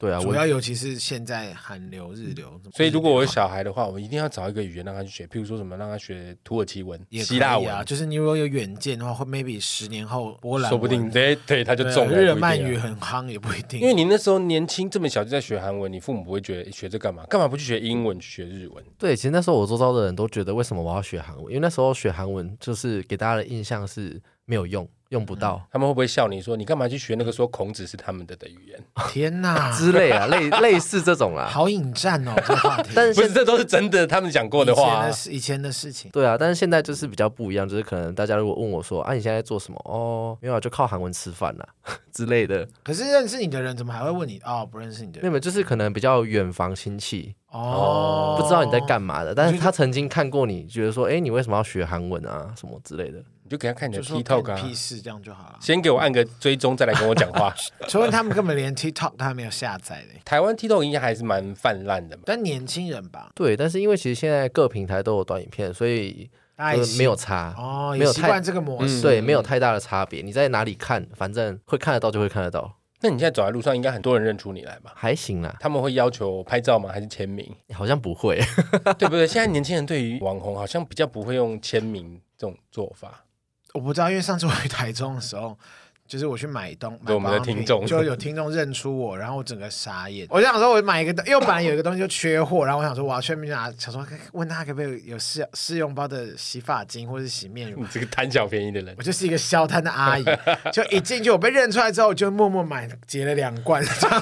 Speaker 4: 对啊，
Speaker 3: 主
Speaker 4: 我
Speaker 3: 要尤其是现在韩流、日流，
Speaker 2: 所以如果我有小孩的话，我一定要找一个语言让他去学，譬如说什么让他学土耳其文、
Speaker 3: 也可
Speaker 2: 希
Speaker 3: 以
Speaker 2: 腊
Speaker 3: 啊，
Speaker 2: 文，
Speaker 3: 就是你如果有远见的话，会 maybe 十年后波兰文
Speaker 2: 说不定对对他就
Speaker 3: 对
Speaker 2: 中了。
Speaker 3: 日
Speaker 2: 不一
Speaker 3: 耳
Speaker 2: 定啊
Speaker 3: 曼语很夯，也不一定。
Speaker 2: 因为你那时候年轻这么小就在学韩文，你父母不会觉得诶学这干嘛？干嘛不去学英文、学日文？
Speaker 4: 对，其实那时候我周遭的人都觉得为什么我要学韩文，因为那时候学韩文就是给大家的印象是没有用，用不到
Speaker 2: 他们会不会笑你说你干嘛去学那个说孔子是他们的的语言？
Speaker 3: 天哪，
Speaker 4: 之类 啊，类类似这种啦。
Speaker 3: 好引战哦，这个话题。
Speaker 4: 但是
Speaker 2: 不
Speaker 4: 现
Speaker 2: 是，这都是真的，他们讲过的话、
Speaker 3: 以前的
Speaker 2: 啊。
Speaker 3: 事，以前的事情。
Speaker 4: 对啊，但是现在就是比较不一样，就是可能大家如果问我说啊，你现在在做什么？哦，没有啊，就靠韩文吃饭啦、 之类的。
Speaker 3: 可是认识你的人怎么还会问你哦，不认识你的
Speaker 4: 没
Speaker 3: 人
Speaker 4: 有，就是可能比较远房亲戚，
Speaker 3: 哦，
Speaker 4: 不知道你在干嘛的，但是他曾经看过你，觉得说，哎，你为什么要学韩文啊，什么之类的。
Speaker 2: 你就给他看你的
Speaker 3: 就说
Speaker 2: TikTok
Speaker 3: 干
Speaker 2: 啊
Speaker 3: 屁，事这样就好了。
Speaker 2: 先给我按个追踪，再来跟我讲话。
Speaker 3: 除了他们根本连 TikTok 都还没有下载嘞，
Speaker 2: 台湾 TikTok 应该还是蛮泛滥的嘛。
Speaker 3: 但年轻人吧，
Speaker 4: 对，但是因为其实现在各平台都有短影片，所以
Speaker 3: 大家也
Speaker 4: 呃
Speaker 3: 习
Speaker 4: 没有差。
Speaker 3: 哦，
Speaker 4: 没
Speaker 3: 也
Speaker 4: 有
Speaker 3: 习
Speaker 4: 太嗯
Speaker 3: 惯这个模式。
Speaker 4: 对，没有太大的差别。你在哪里看，反正会看得到就会看得到，
Speaker 2: 那你现在走在路上，应该很多人认出你来吧？
Speaker 4: 还行啦，
Speaker 2: 他们会要求拍照吗？还是签名？
Speaker 4: 好像不会。
Speaker 2: 对不对？现在年轻人对于网红好像比较不会用签名这种做法。
Speaker 3: 我不知道，因为上次我去台中的时候，就是我去买东，买
Speaker 2: 对我们的
Speaker 3: 保养品
Speaker 2: 听众
Speaker 3: 就有听众认出我，然后我整个傻眼。我想说，我买一个东，因为我本来有一个东西就缺货，然后我想说我要去那边拿，想说问他可不可以有试试用包的洗发精或是洗面乳
Speaker 2: 你。这个贪小便宜的人
Speaker 3: 我，就是一个消摊的阿姨，就一进去，我被认出来之后，我就默默买结了两罐。这样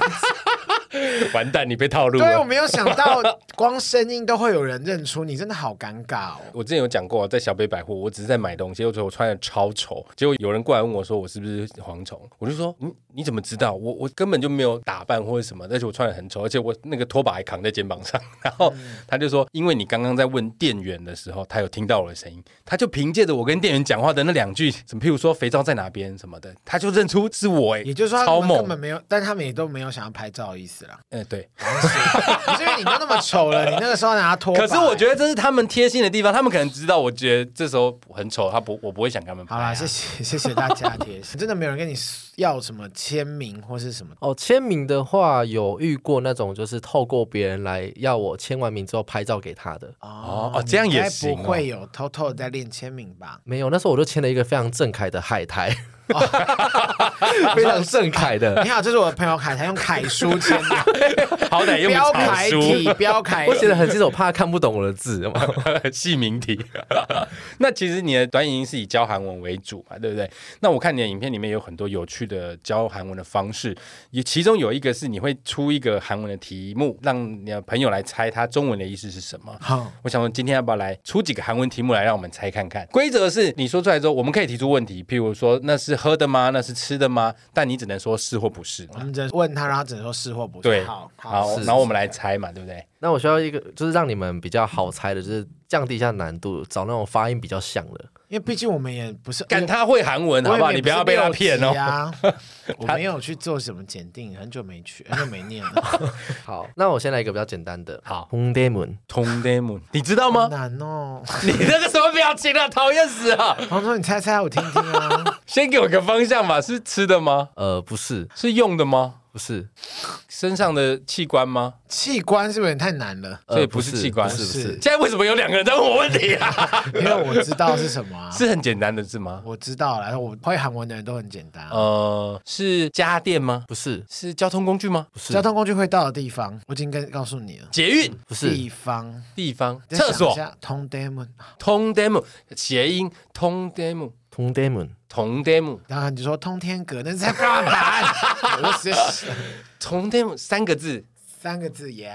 Speaker 2: 完蛋，你被套路
Speaker 3: 对，我
Speaker 2: 了。
Speaker 3: 没有想到，光声音都会有人认出你，真的好尴尬哦。
Speaker 2: 我之前有讲过，啊在小北百货，我只是在买东西，我觉得我穿的超丑，结果有人过来问我说我是不是蝗虫，我就说嗯，你怎么知道？我我根本就没有打扮或者什么，而且我穿的很丑，而且我那个拖把还扛在肩膀上。 然后他就说，因为你刚刚在问店员的时候，他有听到我的声音，他就凭借着我跟店员讲话的那两句，什么譬如说肥皂在哪边什么的，他就认出是我、哎，
Speaker 3: 也就是说，他
Speaker 2: 超
Speaker 3: 们根本
Speaker 2: 猛，
Speaker 3: 没有，但他们也都没有想要拍照的意思啦。
Speaker 2: 嗯、对。
Speaker 3: 不是因为 你都那么丑了，你那个时候拿拖把。
Speaker 2: 可是我觉得这是他们贴心的地方，他们可能知道，我觉得这时候很丑，他不，我不会想跟他们拍、
Speaker 3: 好
Speaker 2: 啊。
Speaker 3: 啦，谢谢谢谢大家贴心，真的没有人跟你要什么签名或是什么。
Speaker 4: 哦，签名的话有遇过那种，就是透过别人来要我签完名之后拍照给他的，
Speaker 2: 哦哦这样也行哦
Speaker 3: 应该不会有偷偷的在练签名吧？
Speaker 4: 没有。那时候我就签了一个非常正楷的海苔，非常正 楷的。
Speaker 3: 你好，这是我的朋友凯，他用凯叔签的，
Speaker 2: 好歹 用
Speaker 3: 标
Speaker 2: 草
Speaker 3: 楷体，
Speaker 2: 书、
Speaker 3: 标楷
Speaker 4: 我写的很清楚，我怕他看不懂我的字 嘛。
Speaker 2: 细明体。那其实你的短影音是以教韩文为主嘛，对不对？那我看你的影片里面有很多有趣的教韩文的方式，也其中有一个是你会出一个韩文的题目，让你的朋友来猜它中文的意思是什么。
Speaker 3: 好，
Speaker 2: 我想说，今天要不要来出几个韩文题目来让我们猜看看？规则是你说出来之后，我们可以提出问题，譬如说那是喝的吗？那是吃的吗？但你只能说是或不是。
Speaker 3: 我们只能问他，然后只能说是或不是。
Speaker 2: 对，
Speaker 3: 好，
Speaker 2: 好，
Speaker 4: 是
Speaker 2: 然后我们来猜嘛，对不对？
Speaker 4: 那我需要一个，就是让你们比较好猜的，就是降低一下难度，找那种发音比较像的。
Speaker 3: 因为毕竟我们也不是
Speaker 2: 干他会韩文，好不好？你不要被他骗
Speaker 4: 啊
Speaker 2: 哦。
Speaker 3: 哦。 我没有去做什么检定，很久没去，很久没念了，
Speaker 4: 好，那我先来一个比较简单的。
Speaker 2: 好
Speaker 4: 红 d e m o n
Speaker 2: 通 d e 你知道
Speaker 3: 好
Speaker 2: 吗？
Speaker 3: 难哦。
Speaker 2: 你那个什么表情啊，讨厌死了！
Speaker 3: 黄总，你猜猜我听听 啊。
Speaker 2: 先给我个方向吧，是吃的吗？
Speaker 4: 呃，不是，
Speaker 2: 是用的吗？
Speaker 4: 不是，
Speaker 2: 身上的器官吗？
Speaker 3: 器官是不是有点太难了？
Speaker 4: 呃
Speaker 2: 所以不
Speaker 4: 不
Speaker 2: 是器官
Speaker 4: 不是不
Speaker 3: 是
Speaker 4: 是。
Speaker 2: 现在为什么有两个人在问我问题啊？
Speaker 3: 因为我知道是什么啊。
Speaker 2: 是很简单的字吗？
Speaker 3: 我知道了，我会韩文的人都很简单啊。
Speaker 2: 呃，是家电吗？
Speaker 4: 不是，
Speaker 2: 是交通工具吗？
Speaker 4: 不是，
Speaker 3: 交通工具会到的地方，我已经跟告诉你了。
Speaker 2: 捷运
Speaker 4: 不是，
Speaker 3: 地方，
Speaker 2: 地方厕所
Speaker 3: 通 demon，
Speaker 2: 通 demo 谐音通 demo
Speaker 4: 同 Demon，
Speaker 2: 同 demo
Speaker 3: 然后你就说通天阁，那是在干 嘛？我就直接
Speaker 2: 同 demo 三个字，
Speaker 3: 三个字耶。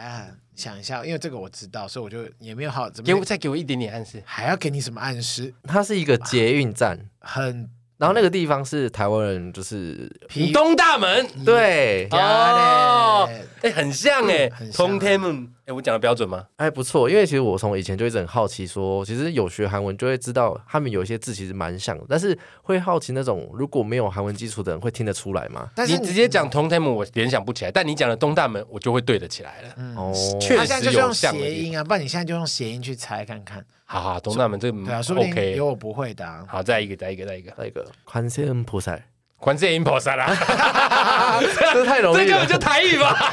Speaker 3: 想一下，因为这个我知道，所以我就也没有好怎
Speaker 2: 给我
Speaker 3: 么
Speaker 2: 再给我一点点暗示。
Speaker 3: 还要给你什么暗示，
Speaker 4: 它是一个捷运站，
Speaker 3: 很
Speaker 4: 然后那个地方是台湾人，就是
Speaker 3: 皮
Speaker 2: 东大门
Speaker 4: 对，
Speaker 3: 呀
Speaker 2: 哦
Speaker 3: 嘞，
Speaker 2: 哎，很像哎
Speaker 3: 嗯很，像
Speaker 2: 同 demo，哎，我讲的标准吗？
Speaker 4: 还不错。因为其实我从以前就一直很好奇说其实有学韩文就会知道他们有一些字其实蛮像的，但是会好奇那种如果没有韩文基础的人会听得出来吗？
Speaker 3: 但
Speaker 2: 你
Speaker 3: 是
Speaker 2: 直接讲同 demo，我联想不起来，但你讲的东大门，我就会对得起来了。
Speaker 4: 哦，
Speaker 2: 确
Speaker 3: 他现在
Speaker 2: 实
Speaker 3: 嗯啊就是
Speaker 2: 有
Speaker 3: 用
Speaker 2: 像的
Speaker 3: 谐
Speaker 2: 地方。
Speaker 3: 音啊，不然你现在就用谐音去猜看看。
Speaker 2: 好好，东大门这个
Speaker 3: 对啊，说不定
Speaker 2: 嗯 OK
Speaker 3: 有。我不会的啊。
Speaker 2: 好，再一个，再一个，再一个，
Speaker 4: 那个宽线菩萨，
Speaker 2: 关键 i m p o s 啦，
Speaker 4: 这太 容
Speaker 2: 这
Speaker 4: 易
Speaker 2: 根本
Speaker 4: 了，
Speaker 2: 就台语 吧？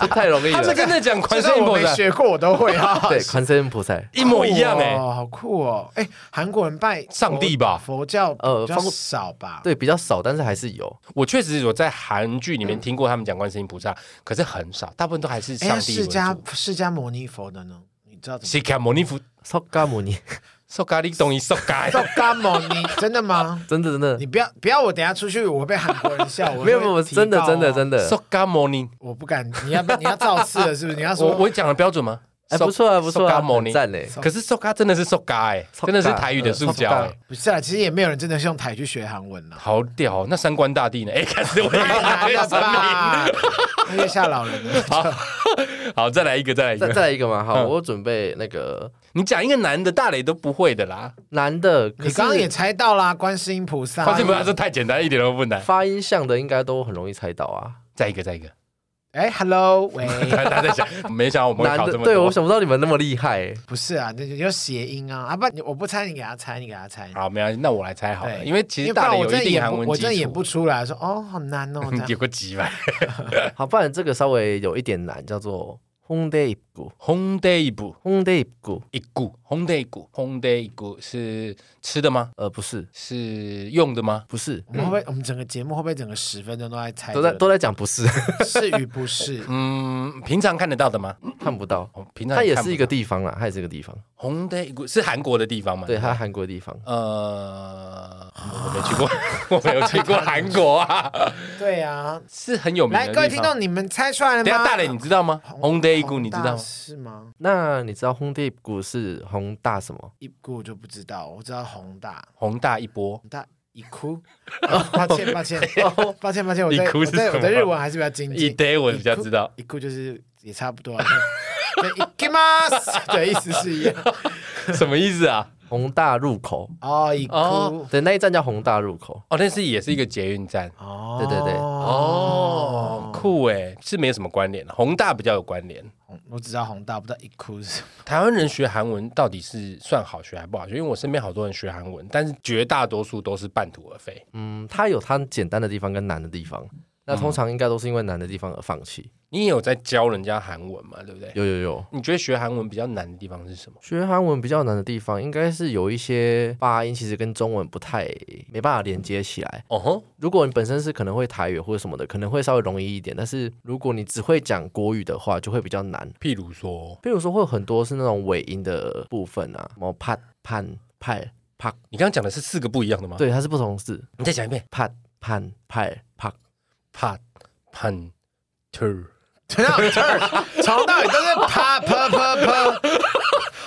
Speaker 4: 这太容易
Speaker 2: 他是
Speaker 4: 了。
Speaker 2: 真的讲 关键
Speaker 3: 就算
Speaker 2: i m
Speaker 3: 我
Speaker 2: p o
Speaker 3: 没
Speaker 2: s
Speaker 3: 学过，我都会 啊。
Speaker 4: 对，宽线菩萨，
Speaker 2: 一模一样哎。
Speaker 3: 哇好酷哦！哎，韩国人拜
Speaker 2: 上帝吧
Speaker 3: 佛佛教
Speaker 4: 呃
Speaker 3: 呃比较
Speaker 4: 方
Speaker 3: 少吧？
Speaker 4: 对，比较少，但是还是有。
Speaker 2: 我确实有在韩剧里面听过他们讲观世音菩萨，可是很少，大部分都还是
Speaker 3: 哎，那
Speaker 2: 上帝为
Speaker 3: 释迦
Speaker 2: 主。
Speaker 3: 释迦牟尼佛的呢？你知道怎么？
Speaker 2: 释迦牟尼佛，
Speaker 4: s o g a m 尼，
Speaker 2: 瘦咖喱懂你瘦咖，
Speaker 3: 做干某你 真的吗？
Speaker 4: 真的真的
Speaker 3: 你不要不要，我等下出去我会被韩国人笑。我
Speaker 4: 没有没有，真的真的真
Speaker 3: 的，
Speaker 4: 的，
Speaker 2: 瘦咖 morning，
Speaker 3: 啊我不敢。你要你要造次了是不是？你要说
Speaker 2: 我我讲的标准吗？
Speaker 4: 哎不错啊不错啊，
Speaker 2: 瘦咖 morning
Speaker 4: 很赞嘞，
Speaker 3: 瘦
Speaker 2: 可是瘦咖真的是瘦咖哎，
Speaker 4: 瘦咖
Speaker 2: 真的是台语的塑胶
Speaker 4: 呃瘦
Speaker 2: 哎
Speaker 4: 咖，
Speaker 3: 不是啊，其实也没有人真的是用台去学韩文 啊哎啦。
Speaker 2: 好屌哦！那三官大帝呢？哎， 开始 我也
Speaker 3: 太
Speaker 2: 要
Speaker 3: 难了
Speaker 2: 神 明。
Speaker 3: 吧！月下哎老人了，
Speaker 2: 好，再来一个，再来一
Speaker 4: 再
Speaker 2: 个，
Speaker 4: 再来一个嘛，好，
Speaker 2: 嗯
Speaker 4: 我准备那个
Speaker 2: 你讲一个男的，大磊都不会的啦。
Speaker 4: 男的，可
Speaker 3: 你
Speaker 4: 是
Speaker 3: 刚刚也猜到啦，观世音菩萨。
Speaker 2: 放心吧，这太简单，一点都不难。
Speaker 4: 发音像的应该都很容易猜到啊，
Speaker 2: 再一个，再 一个，
Speaker 3: 哎，Hello，喂，
Speaker 2: 他他在想，没想到我们会
Speaker 4: 男
Speaker 2: 考
Speaker 4: 的
Speaker 2: 这么
Speaker 4: 对我
Speaker 2: 多。
Speaker 4: 想不到你们那么厉害欸，
Speaker 3: 不是啊，那就有谐音啊，啊不，你我不猜，你给他猜，你给他猜。
Speaker 2: 好，没关系，那我来猜好了，
Speaker 3: 对
Speaker 2: 因为其实
Speaker 3: 哎因为不然
Speaker 2: 大磊
Speaker 3: 我
Speaker 2: 有
Speaker 3: 真
Speaker 2: 一
Speaker 3: 的
Speaker 2: 定
Speaker 3: 演
Speaker 2: 韩
Speaker 3: 不，
Speaker 2: 文
Speaker 3: 我
Speaker 2: 基
Speaker 3: 真的演
Speaker 2: 础
Speaker 3: 不，出来，说哦，好难哦，这 样
Speaker 2: 有个几百。
Speaker 4: 好，不然这个稍微有一点难，叫做 Hyundai 一股
Speaker 2: 红 day 一股
Speaker 4: Hyundai 一股，
Speaker 2: 一股红 day 一股红 day 一股是吃的吗？
Speaker 4: 呃，不是
Speaker 2: 是用的吗？
Speaker 4: 不是，
Speaker 3: 我们会不会我们整个节目会不会整个十分钟都在
Speaker 2: 哎
Speaker 3: 猜这
Speaker 4: 都
Speaker 3: 个？
Speaker 4: 在都在讲不是，
Speaker 3: 是与不 是？
Speaker 2: 嗯，平常看得到的吗？
Speaker 4: 看不到，
Speaker 2: 哦平常
Speaker 4: 它也
Speaker 2: 看不
Speaker 4: 是一个
Speaker 2: 到
Speaker 4: 地方啦，它也是一个地方，
Speaker 2: 红 day 一股是韩国的地方吗？
Speaker 4: 对，它韩国的地方，
Speaker 2: 呃，我没去过， 我没有去过韩国啊，
Speaker 3: 对啊，
Speaker 2: 是很有名的
Speaker 3: 来，
Speaker 2: 地方。
Speaker 3: 各位听众，你们猜出来了
Speaker 2: 等一下
Speaker 3: 吗？
Speaker 2: 大磊你知道吗？红 day 一股你知道吗？
Speaker 3: 是吗？
Speaker 4: 那你知道 Hyundai 一股是宏大什么？
Speaker 3: 一股我就不知道，我知道宏大，
Speaker 2: 宏大一波，
Speaker 3: 宏大一哭。哦抱歉，抱歉，哦抱歉，抱歉，我
Speaker 2: 哦一
Speaker 3: 对
Speaker 2: 哭
Speaker 3: 我
Speaker 2: 是
Speaker 3: 对
Speaker 2: 什
Speaker 3: 我的
Speaker 2: 么
Speaker 3: 日文还是比较精进。
Speaker 2: 一 day 我比较知道。
Speaker 3: 一哭就是也差不多啊。对，一 k i m a s 的意思是一样。
Speaker 2: 什么意思啊？
Speaker 4: 宏大入口，
Speaker 3: 哦，一哭，
Speaker 2: 哦
Speaker 4: 对，那一站叫宏大入口，
Speaker 2: 哦，那是也是一个捷运站。
Speaker 3: 哦
Speaker 4: 对对对
Speaker 2: 哦，酷哎，是没有什么关联，宏大比较有关联。
Speaker 3: 红我只知道宏大，不知道一哭是什么。
Speaker 2: 台湾人学韩文到底是算好学还不好学？因为我身边好多人学韩文，但是绝大多数都是半途而废。
Speaker 4: 嗯，它有它简单的地方跟难的地方，那
Speaker 2: 嗯
Speaker 4: 通常应该都是因为难的地方而放弃。
Speaker 2: 你也有在教人家韩文嘛？对不对？
Speaker 4: 有有有，
Speaker 2: 你觉得学韩文比较难的地方是什么？
Speaker 4: 学韩文比较难的地方，应该是有一些发音其实跟中文不太没办法连接起来。
Speaker 2: 哦吼，
Speaker 4: 如果你本身是可能会台语或者什么的，可能会稍微容易一点，但是如果你只会讲国语的话，就会比较难。
Speaker 2: 譬如说，
Speaker 4: 比如说会有很多是那种尾音的部分啊，什么 pat pan p 啪，
Speaker 2: 你刚刚讲的是四个不一样的吗？，
Speaker 4: 对，它是不同字
Speaker 2: 你再讲一遍
Speaker 4: pat pan p 啪。
Speaker 2: ，pat pan tur，
Speaker 3: turn out turn，从头到尾都是啪啪啪啪。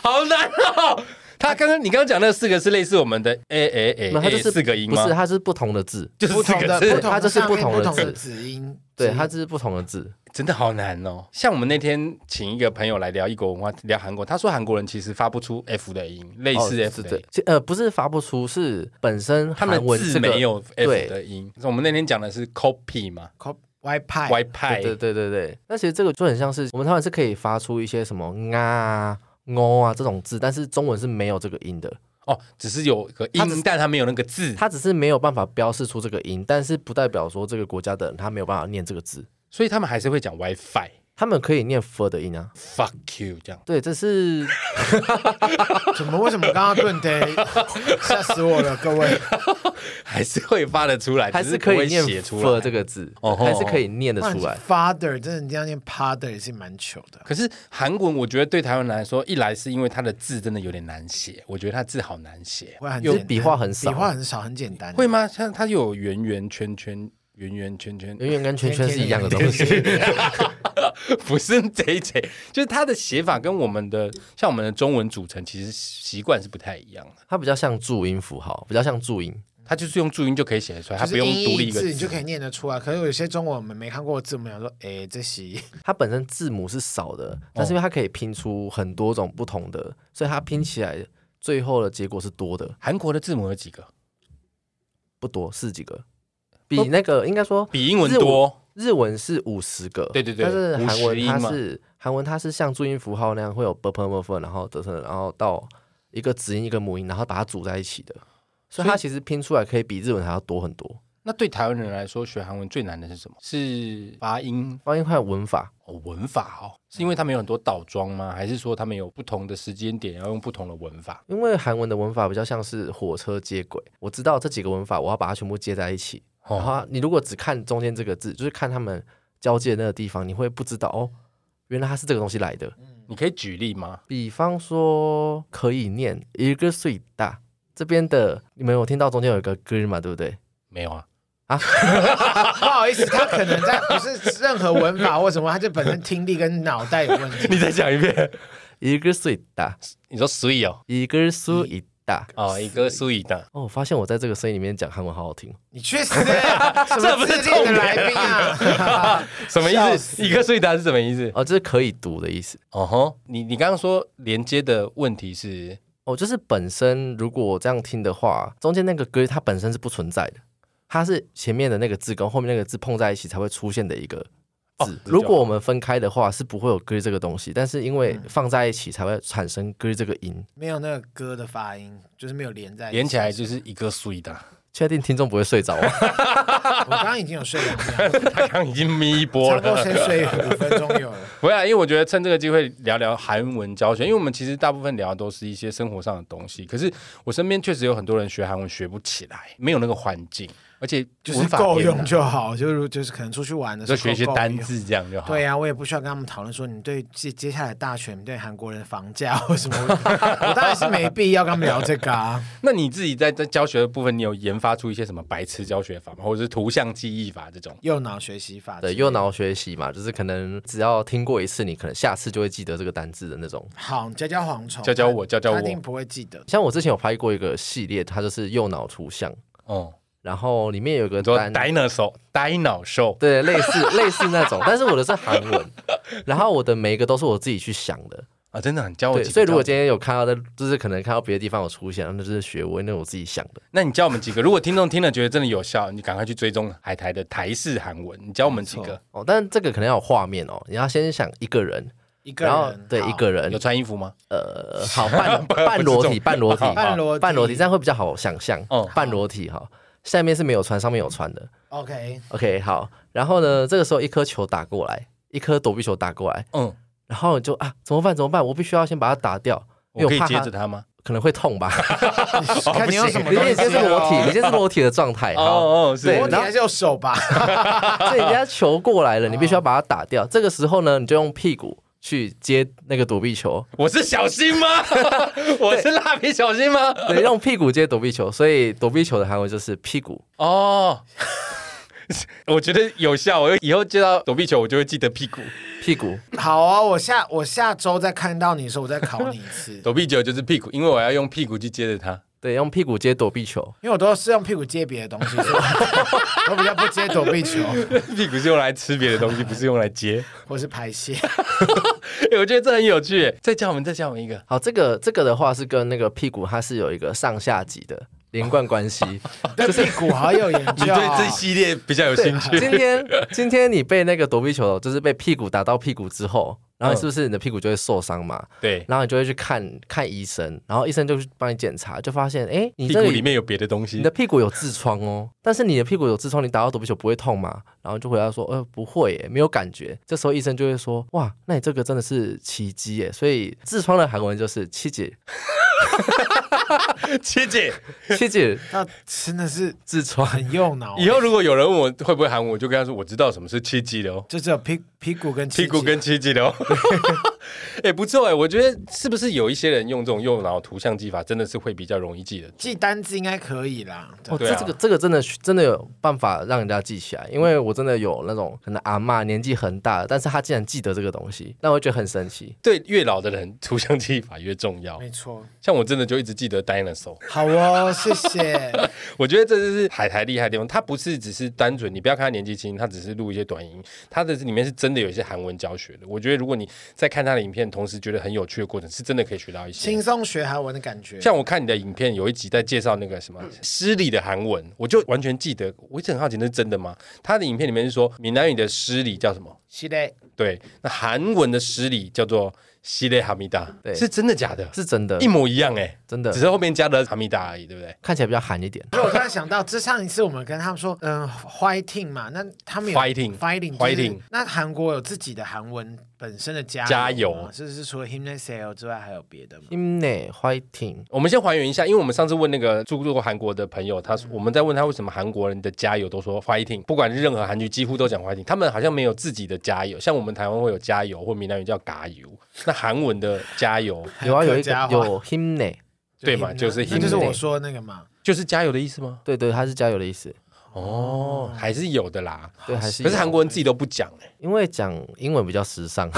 Speaker 2: 好难哦。他刚刚你刚刚讲那四个是类似我们的 a a a，
Speaker 4: 那它就是
Speaker 2: 四个音
Speaker 4: 不
Speaker 2: 吗？
Speaker 4: 是，它是不同的字，
Speaker 2: 就是
Speaker 3: 不
Speaker 2: 四
Speaker 3: 同
Speaker 2: 个
Speaker 3: 的
Speaker 2: 字
Speaker 3: 不同的
Speaker 4: 它就是
Speaker 3: 上面
Speaker 4: 不同的
Speaker 3: 不同的
Speaker 4: 字
Speaker 3: 子音，
Speaker 4: 对，
Speaker 3: 子音
Speaker 4: 它这是不同的字。
Speaker 2: 真的好难哦。像我们那天请一个朋友来聊异国文化，聊韩国，他说韩国人其实发不出 F 的音，类
Speaker 4: 哦
Speaker 2: 似 F
Speaker 4: 是
Speaker 2: 的
Speaker 4: 对
Speaker 2: 音。，
Speaker 4: 其呃，不是发不出，是本身
Speaker 2: 他们
Speaker 4: 韩
Speaker 2: 的
Speaker 4: 文
Speaker 2: 字
Speaker 4: 这个
Speaker 2: 没有 F
Speaker 4: 对
Speaker 2: 的音，我们那天讲的是 copy 嘛
Speaker 3: cop y
Speaker 2: ，y
Speaker 3: 派
Speaker 2: pie，
Speaker 4: 对对对对对，那其实这个就很像是我们台湾是可以发出一些什么啊、哦啊这种字，但是中文是没有这个音的，
Speaker 2: 哦，只是有个
Speaker 4: 它只
Speaker 2: 音，但它没有那个字，
Speaker 4: 它只是没有办法标示出这个音，但是不代表说这个国家的人他没有办法念这个字，
Speaker 2: 所以他们还是会讲 WiFi。
Speaker 4: 他们可以念 f 的音啊。
Speaker 2: Fuck you，这样
Speaker 4: 对，这是
Speaker 3: 怎么为什么刚刚顿呆？吓死我了，各位！
Speaker 2: 还是会发得出来，
Speaker 4: 还
Speaker 2: 只
Speaker 4: 是
Speaker 2: 不
Speaker 4: 可以
Speaker 2: 会
Speaker 4: 念
Speaker 2: 写出
Speaker 4: f
Speaker 2: 来
Speaker 4: 这。个字，
Speaker 2: 哦吼
Speaker 4: 还是可以念得
Speaker 3: 不然
Speaker 4: 出来。
Speaker 3: father 真的这样念 father 也是蛮糗的。
Speaker 2: 可是韩文，我觉得对台湾人来说，一来是因为它的字真的有点难写，我觉得它字好难写，
Speaker 3: 会很
Speaker 4: 有
Speaker 3: 简单
Speaker 4: 笔画很少
Speaker 3: 笔画很少，很简单。
Speaker 2: 会吗？像它有圆圆圈圈、圆圆圈圈，
Speaker 4: 圆圆跟圈圈是一样的东西，
Speaker 2: 不是 J J，就是它的写法跟我们的像我们的中文组成其实习惯是不太一样的。
Speaker 4: 它比较像注音符号，比较像注音。
Speaker 2: 它就是用注音就可以写得出来，它
Speaker 3: 就
Speaker 2: 不
Speaker 3: 是
Speaker 2: 用
Speaker 3: 音
Speaker 2: 独立
Speaker 3: 译
Speaker 2: 一个
Speaker 3: 字，你就可以念得出来。可是有些中文我们没看过的字，我们想说，哎，这是
Speaker 4: 它本身字母是少的，但是因为它可以拼出很多种不同的，所以它拼起来最后的结果是多的，
Speaker 2: 韩国的字母有几个？
Speaker 4: 不多，四几个，比那个应该说
Speaker 2: 哦比英文多。
Speaker 4: 日文是五十个，
Speaker 2: 对对对
Speaker 4: 但是韩
Speaker 2: 50
Speaker 4: 文
Speaker 2: 音
Speaker 4: 它
Speaker 2: 嘛
Speaker 4: 是韩文它是像注音符号那样会有 b p m f，然后得成，然后到一个子音一个母音，然后把它组在一起的，所以它其实拼出来可以比日文还要多很多。
Speaker 2: 那对台湾人来说，学韩文最难的是什么？是发音
Speaker 4: 方音还有文法，
Speaker 2: 哦，文法哦，是因为他们有很多倒装吗？还是说他们有不同的时间点要用不同的文法？
Speaker 4: 因为韩文的文法比较像是火车接轨，我知道这几个文法，我要把它全部接在一起。
Speaker 2: 哦
Speaker 4: 然后你如果只看中间这个字，就是看他们交界那个地方，你会不知道哦，原来它是这个东西来的。
Speaker 2: 你可以举例吗？
Speaker 4: 比方说可以念一个最大这边的，你们有听到中间有一个歌嘛，对不对？
Speaker 2: 没有啊，
Speaker 3: 不好意思，他可能在不是任何文法或什么，他就本身听力跟脑袋有问题。
Speaker 2: 你再讲一遍。
Speaker 4: 一个最大，
Speaker 2: 你说 “sui” 哦，
Speaker 4: 一个苏一大。
Speaker 2: 哦，一个 “sui” 的，
Speaker 4: 哦，我发现我在这个声音里面讲韩文好好听。
Speaker 3: 你去死！什么自恋的来宾啊？
Speaker 2: 什么意思？一个 “sui” 的是什么意思？
Speaker 4: 哦，这是可以读的意思。
Speaker 2: 哦吼，你你刚刚说连接的问题是
Speaker 4: 哦，就是本身如果我这样听的话，中间那个歌它本身是不存在的，它是前面的那个字跟后面那个字碰在一起才会出现的一个
Speaker 2: 哦
Speaker 4: 字。
Speaker 2: 这就
Speaker 4: 如果我们分开的话，是不会有歌这个东西，但是因
Speaker 2: 嗯
Speaker 4: 为放在一起才会产生歌这个音。
Speaker 3: 没有那个歌的发音，就是没有连在一
Speaker 2: 连起。来就是一个 “sui” 的，
Speaker 4: 确定听众不会睡着吗？
Speaker 3: 我刚刚已经有睡两秒，
Speaker 2: 他刚刚已经咪一波
Speaker 3: 差
Speaker 2: 了
Speaker 3: 不。多先睡五分钟有了。
Speaker 2: 不会啊，因为我觉得趁这个机会聊聊韩文教学，因为我们其实大部分聊的都是一些生活上的东西。可是我身边确实有很多人学韩文学不起来，没有那个环境，而且
Speaker 3: 就是
Speaker 2: 文法
Speaker 3: 够
Speaker 2: 也
Speaker 3: 用
Speaker 2: 难
Speaker 3: 就好，就是就是可能出去玩的时
Speaker 2: 就
Speaker 3: 候
Speaker 2: 学一些
Speaker 3: 够
Speaker 2: 单
Speaker 3: 用。
Speaker 2: 字这样就好。
Speaker 3: 对呀、啊我也不需要跟他们讨论说你对接接下来大选、你对韩国人的房价 或什么，我当然是没必要跟他们聊这个啊。
Speaker 2: 那你自己在在教学的部分，你有研发出一些什么白痴教学法吗？或者是图像记忆法这种？
Speaker 3: 右脑学习法之类
Speaker 4: 对，
Speaker 3: 的，
Speaker 4: 右脑学习嘛，就是可能只要听过一次，你可能下次就会记得这个单字的那种。
Speaker 3: 好，你教教蝗虫，
Speaker 2: 教教我
Speaker 3: 他
Speaker 2: 教教我
Speaker 3: 他一定不会记得。
Speaker 4: 像我之前有拍过一个系列，它就是右脑图像，
Speaker 2: 哦、
Speaker 4: 然后里面有一个
Speaker 2: 你说
Speaker 4: 单
Speaker 2: dinosaur dino 兽，
Speaker 4: 对，类似 类似那种，但是我的是韩文，然后我的每一个都是我自己去想的，
Speaker 2: 啊，真的很教我
Speaker 4: 对，
Speaker 2: 几个。
Speaker 4: 所以如果今天有看到的，就是可能看到别的地方有出现，那就是学问，那我自己想的。
Speaker 2: 那你教我们几个？如果听众听了觉得真的有效，你赶快去追踪海苔的台式韩文，你教我们几个？
Speaker 4: 哦，但这个可能要有画面哦，你要先想一个人，
Speaker 3: 一个
Speaker 4: 然后
Speaker 3: 人，
Speaker 4: 对
Speaker 3: 好
Speaker 4: 一个人
Speaker 2: 有，穿衣服吗？
Speaker 4: 呃，好半半裸体，半裸体，
Speaker 3: 半裸体
Speaker 4: 半裸体，这样会比较好想象
Speaker 2: 哦。
Speaker 4: 半裸体哈，下面是没有穿，上面有穿的。
Speaker 3: OK，
Speaker 4: OK，好，然后呢，这个时候一颗球打过来，一颗躲避球打过来，
Speaker 2: 嗯，
Speaker 4: 然后你就啊，怎么办？怎么办？我必须要先把它打掉，因
Speaker 2: 我可
Speaker 4: 为
Speaker 2: 以
Speaker 4: 我怕
Speaker 2: 接
Speaker 4: 它
Speaker 2: 着他吗？
Speaker 4: 可能会痛吧。
Speaker 3: 看你用什么
Speaker 4: 你
Speaker 3: 东西啊哦
Speaker 4: 这是裸体，你这是裸体的状态。好，
Speaker 2: 哦哦，是
Speaker 4: 对
Speaker 3: 裸体
Speaker 4: 然后
Speaker 3: 还是有手吧？
Speaker 4: 所以人家球过来了，你必须要把它打掉。这个时候呢，你就用屁股去接那个躲避球，
Speaker 2: 我是小新吗？我是蜡笔小新吗？
Speaker 4: 对，用屁股接躲避球。所以躲避球的韩文就是屁股。
Speaker 2: 哦。我觉得有效，我以后接到躲避球，我就会记得屁股。
Speaker 4: 屁股，
Speaker 3: 好啊，我下我下周再看到你的时候，我再考你一 次，
Speaker 2: 躲避球就是屁股，因为我要用屁股去接着它。
Speaker 4: 对，用屁股接躲避球。
Speaker 3: 因为我都是用屁股接别的东西，所以我 我比较不接躲避球
Speaker 2: 屁股是用来吃别的东西，不是用来接。
Speaker 3: 或是排泄。
Speaker 2: 欸我觉得这很有趣耶。再教我们，再教我们一个。
Speaker 4: 好，这个这个的话是跟那个屁股它是有一个上下级的连贯 关系。
Speaker 3: 对屁股好有研
Speaker 2: 你
Speaker 3: 究
Speaker 2: 对
Speaker 3: 啊，
Speaker 2: 这系列比较有
Speaker 4: 对
Speaker 2: 兴，趣？
Speaker 4: 今天今天你被那个躲避球就是被屁股打到屁股之后，然
Speaker 2: 嗯
Speaker 4: 后是不是你的屁股就会受伤嘛？
Speaker 2: 对，
Speaker 4: 然后你就会去看看医生，然后医生就去帮你检查，就发现哎，诶你
Speaker 2: 屁
Speaker 4: 这
Speaker 2: 股里
Speaker 4: 里
Speaker 2: 面有别的东
Speaker 4: 你
Speaker 2: 西
Speaker 4: 的。屁股有痔疮哦，但是你的屁股有痔疮，你打到躲避球不会痛吗？然后就回答说，呃，不会耶，没有感觉。这时候医生就会说，哇，那你这个真的是奇迹耶！所以痔疮的韩文就是七姐，
Speaker 2: 切姐，
Speaker 4: 七姐
Speaker 3: 那真的是
Speaker 4: 痔疮。
Speaker 3: 很右脑欸，
Speaker 2: 以后如果有人问我会不会韩文，我就跟他说我知道什么是切鸡的哦。
Speaker 3: 就只有屁屁股跟
Speaker 2: 屁股跟
Speaker 3: 鸡
Speaker 2: 七级 流。哎、不错哎、我觉得是不是有一些人用这种右脑图像技法，真的是会比较容易记得？
Speaker 3: 记单字应该可以啦。对
Speaker 4: 哦，
Speaker 2: 对
Speaker 4: 这
Speaker 2: 啊
Speaker 4: 这个这个真的真的有办法让人家记起来，因为我真的有那种可能阿嬷年纪很大，但是她竟然记得这个东西，那我会觉得很神奇。
Speaker 2: 对，越老的人图像技法越重要。
Speaker 3: 没错，
Speaker 2: 像我真的就一直记得 dinosaur，
Speaker 3: 好哦，谢谢。
Speaker 2: 我觉得这就是海苔厉害的地方。它不是只是单纯，你不要看他年纪轻，他只是录一些短音，它的里面是真的有一些韩文教学的。我觉得如果你在看他的影片，同时觉得很有趣的过程，是真的可以学到一些
Speaker 3: 轻松学韩文的感觉。
Speaker 2: 像我看你的影片，有一集在介绍那个什么
Speaker 4: 嗯
Speaker 2: 诗里的韩文，我就完全记得，我一直很好奇那是真的吗？他的影片里面是说闽南语的诗里叫什么？
Speaker 3: 系列
Speaker 2: 对，那韩文的诗里叫做西雷哈密达，
Speaker 4: 对
Speaker 2: 是真的假的？
Speaker 4: 是真的
Speaker 2: 一，模一样哎、
Speaker 4: 真的
Speaker 2: 只是后面加了哈密达而已，对不对
Speaker 4: 看起来比较寒一点。
Speaker 3: 所以我突然想到，这上一次我们跟他们说，嗯，fighting 嘛，那他们有
Speaker 2: Fighting，
Speaker 3: fighting，fighting，
Speaker 2: fighting
Speaker 3: 那韩国有自己的韩文本身的加
Speaker 2: 加
Speaker 3: 油
Speaker 2: 油
Speaker 3: 嘛，是是除了 himself 之外还有别的吗？
Speaker 4: 因内 fighting
Speaker 2: 我们先还原一下，因为我们上次问那个住过韩国的朋友，他说我们在问他为什么韩国人的加油都说 fighting，不管是任何韩剧几乎都讲 fighting，他们好像没有自己的加油，像我们台湾会有加油或闽南语叫嘎油，那韩文的加油
Speaker 4: 有啊，
Speaker 3: 客
Speaker 4: 有一个
Speaker 3: 家话
Speaker 4: 有 him 内，
Speaker 2: 对嘛就是
Speaker 3: him 那就是
Speaker 4: him
Speaker 3: 我说的那个嘛，
Speaker 2: 就是加油的意思吗？
Speaker 4: 对对，它是加油的意思。
Speaker 2: 哦，还是有的啦，
Speaker 4: 对，还
Speaker 2: 哦
Speaker 4: 是
Speaker 2: 可是
Speaker 4: 有
Speaker 2: 韩国人自己都不讲哎、
Speaker 4: 因为讲英文比较时尚，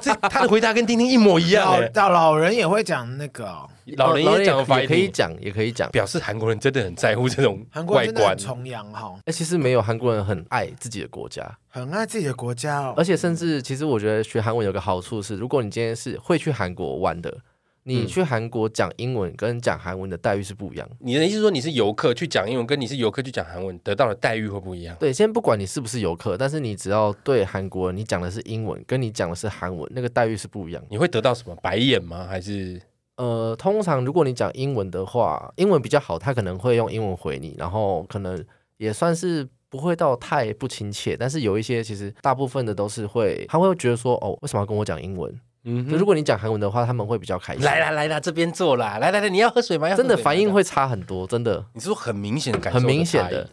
Speaker 2: 这他的回答跟丁丁一模一样、
Speaker 3: 老
Speaker 2: 欸，
Speaker 3: 老老人也会讲那个哦，
Speaker 2: 老人 也讲
Speaker 4: 也可以
Speaker 2: fighting，
Speaker 4: 讲，也可以讲。
Speaker 2: 表示韩国人真的很在乎这种
Speaker 3: 韩国
Speaker 2: 外
Speaker 3: 人真的
Speaker 2: 观
Speaker 3: 很。崇洋哈，
Speaker 4: 哎，其实没有韩国人很爱自己的国家，
Speaker 3: 很爱自己的国家哦
Speaker 4: 而。且甚至其实我觉得学韩文有个好处是，如果你今天是会去韩国玩的，你去韩国讲英文跟讲韩文的待遇是不一样。
Speaker 2: 你的意思是说你是游客去讲英文，跟你是游客去讲韩文，得到的待遇会不一样？
Speaker 4: 对，先不管你是不是游客，但是你只要对韩国人，你讲的是英文，跟你讲的是韩文，那个待遇是不一样的。
Speaker 2: 你会得到什么白眼吗？还是
Speaker 4: 呃，通常如果你讲英文的话，英文比较好，他可能会用英文回你，然后可能也算是不会到太不亲切，但是有一些其实大部分的都是会，他会觉得说，哦，为什么要跟我讲英文？
Speaker 2: 嗯
Speaker 4: 就如果你讲韩文的话，他们会比较开心。
Speaker 2: 来啦来啦，这边坐啦，来来来，你要喝水吗？要喝
Speaker 4: 真的
Speaker 2: 水吗
Speaker 4: 反应，会差很多，真的
Speaker 2: 你是说很明显的感受，
Speaker 4: 很明显的。。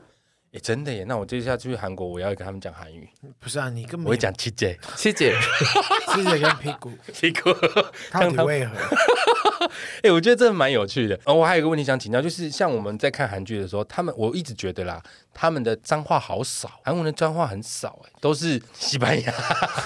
Speaker 2: 哎，真的耶！那我这下去韩国，我要跟他们讲韩语，
Speaker 3: 不是啊，你根本
Speaker 2: 我会讲七姐
Speaker 4: 谢谢。
Speaker 3: 自己跟屁股，
Speaker 2: 七哥。
Speaker 3: 到底为何？
Speaker 2: 哎、我觉得这蛮有趣的。呃，我还有一个问题想请教，就是像我们在看韩剧的时候，他们我一直觉得啦，他们的脏话好少，韩文的脏话很少、哎，都是西班牙，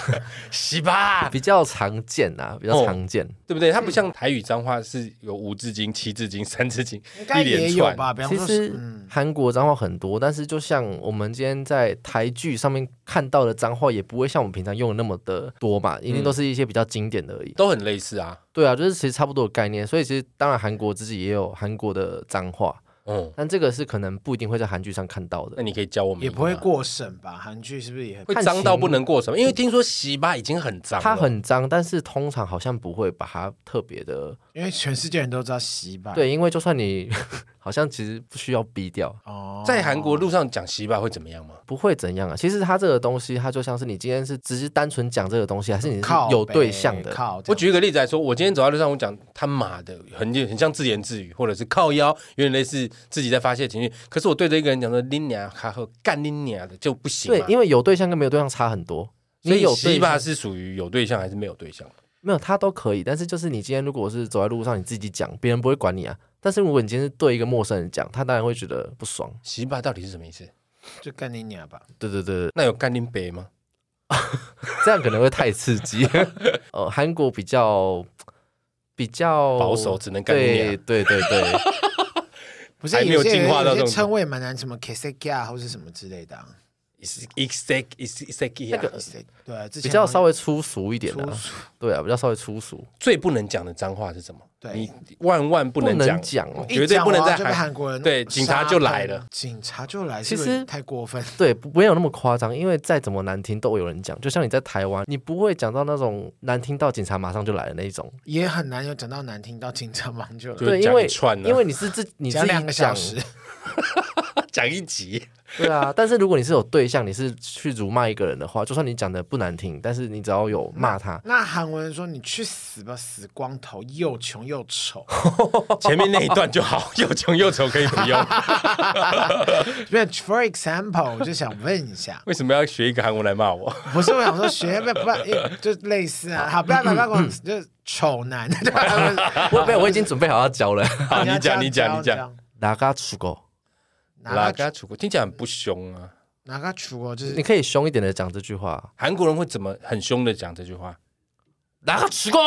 Speaker 2: 西吧，
Speaker 4: 比较常见啊，比较常
Speaker 3: 哦
Speaker 4: 见。
Speaker 2: 对不对？它不像台语脏话是有五字经、七字经、三字经
Speaker 3: 应，
Speaker 2: 一
Speaker 3: 该
Speaker 2: 连
Speaker 3: 也
Speaker 2: 串
Speaker 3: 有。吧？比方
Speaker 4: 其
Speaker 3: 说是，
Speaker 4: 实
Speaker 3: 嗯，
Speaker 4: 韩国脏话很多，但是就像我们今天在台剧上面看到的脏话，也不会像我们平常用的那么的多嘛，
Speaker 3: 嗯
Speaker 4: 一定都是一些比较经典的而已。
Speaker 2: 都很类似啊，
Speaker 4: 对啊，就是其实差不多的概念。所以其实当然韩国自己也有韩国的脏话，
Speaker 2: 嗯，
Speaker 4: 但这个是可能不一定会在韩剧上看到
Speaker 2: 那
Speaker 4: 的。
Speaker 2: 你可以教我们一
Speaker 3: 也
Speaker 2: 个吗，
Speaker 3: 不会过审吧？韩剧是不是也很
Speaker 2: 会
Speaker 4: 看
Speaker 2: 脏到
Speaker 4: 情
Speaker 2: 不能过什么？因为听说洗吧已经很脏了，
Speaker 4: 它很脏，但是通常好像不会把它特别的
Speaker 3: 因为全世界人都知道洗吧？，
Speaker 4: 对，因为就算你 好像其实不需要逼掉，
Speaker 3: 哦，
Speaker 2: 在韩国路上讲洗吧会怎么样吗？
Speaker 4: 不会怎样啊。其实它这个东西，它就像是你今天是只是单纯讲这个东西，还是你是
Speaker 3: 靠
Speaker 4: 有
Speaker 3: 北
Speaker 4: 对象的？
Speaker 3: 靠，
Speaker 2: 我举一个例子来说，我今天走在路上，我讲他妈的，很很像自言自语，或者是靠腰，有点类似自己在发泄情绪。可是我对着一个人讲说“拎娘”卡和“干拎娘”的就不行嘛。
Speaker 4: 对，因为有对象跟没有对象差很多。
Speaker 2: 所
Speaker 4: 你
Speaker 2: 以
Speaker 4: 有
Speaker 2: 洗
Speaker 4: 对
Speaker 2: 吧
Speaker 4: 象
Speaker 2: 是属于有对象还是没有对象？
Speaker 4: 没有，他都可以。但是就是你今天如果是走在路上，你自己讲，别人不会管你啊。但是如果你今天是对一个陌生人讲，他当然会觉得不爽。
Speaker 2: 洗吧到底是什么意思？
Speaker 3: 就干你娘吧！
Speaker 4: 对对对，对
Speaker 2: 那有干拎北吗？
Speaker 4: 这样可能会太刺激。呃，韩国比较比较
Speaker 2: 保守，，只能干啊拎
Speaker 4: 对
Speaker 2: 娘。
Speaker 4: 对对 对，
Speaker 3: 不是
Speaker 2: 还没有
Speaker 3: 些
Speaker 2: 进化到这
Speaker 3: 有
Speaker 2: 种
Speaker 3: 些称谓蛮难，什么 k i s e k a 或是什么之类的啊。
Speaker 2: exact exact 那个
Speaker 3: Kiseki，对啊，之
Speaker 4: 比
Speaker 3: 前
Speaker 4: 较稍
Speaker 3: 微
Speaker 4: 微粗俗一点的、
Speaker 3: 粗
Speaker 4: 啊，
Speaker 3: 俗
Speaker 4: 对啊，比较稍微粗俗，
Speaker 2: 最不能讲的脏话是什么？
Speaker 3: 对
Speaker 2: 你万万不
Speaker 4: 不
Speaker 2: 能讲
Speaker 4: 能。讲哦。
Speaker 2: 绝对不能在
Speaker 3: 一讲完就被
Speaker 2: 韩
Speaker 3: 韩国人
Speaker 2: 对警察就来了
Speaker 3: 杀喷警察就来，
Speaker 4: 其实
Speaker 3: 是不是太过分。
Speaker 4: 对，不没有那么夸张，因为再怎么难听都有人讲。就像你在台湾，你不会讲到那种难听到警察马上就来的那一种。
Speaker 3: 也很难有讲到难听到警察忙就
Speaker 2: 就
Speaker 3: 来，
Speaker 4: 对，因
Speaker 2: 讲
Speaker 4: 为
Speaker 2: 一串啊
Speaker 4: 因为你 是自你自
Speaker 3: 讲
Speaker 4: 己
Speaker 3: 两
Speaker 4: 讲
Speaker 3: 个小时，
Speaker 2: 讲一集，
Speaker 4: 对啊。但是如果你是有对象，你是去辱骂一个人的话，就算你讲的不难听，但是你只要有骂他，
Speaker 3: 那韩文说你去死吧，死光头，又穷又丑，
Speaker 2: 前面那一段就好， 又穷又丑可以不 用。
Speaker 3: 因为 for example，我就想问 一下，
Speaker 2: 为什么要学一个韩文来骂我？
Speaker 3: 不是我想说学不不就类似啊，好，不要不要不要管，就是丑男， 对吧？
Speaker 4: 我没有，我已经准备好要教 了。
Speaker 2: 好，你讲，你讲，你讲。，
Speaker 4: 哪嘎出狗，
Speaker 3: 哪
Speaker 2: 拉
Speaker 3: 个
Speaker 2: 嘎楚国听起来很不凶啊。
Speaker 3: 哪个出哦，就是
Speaker 4: 你可以凶一点的讲这句话。
Speaker 2: 韩国人会怎么很凶的讲这句话？
Speaker 4: 哪嘎出狗？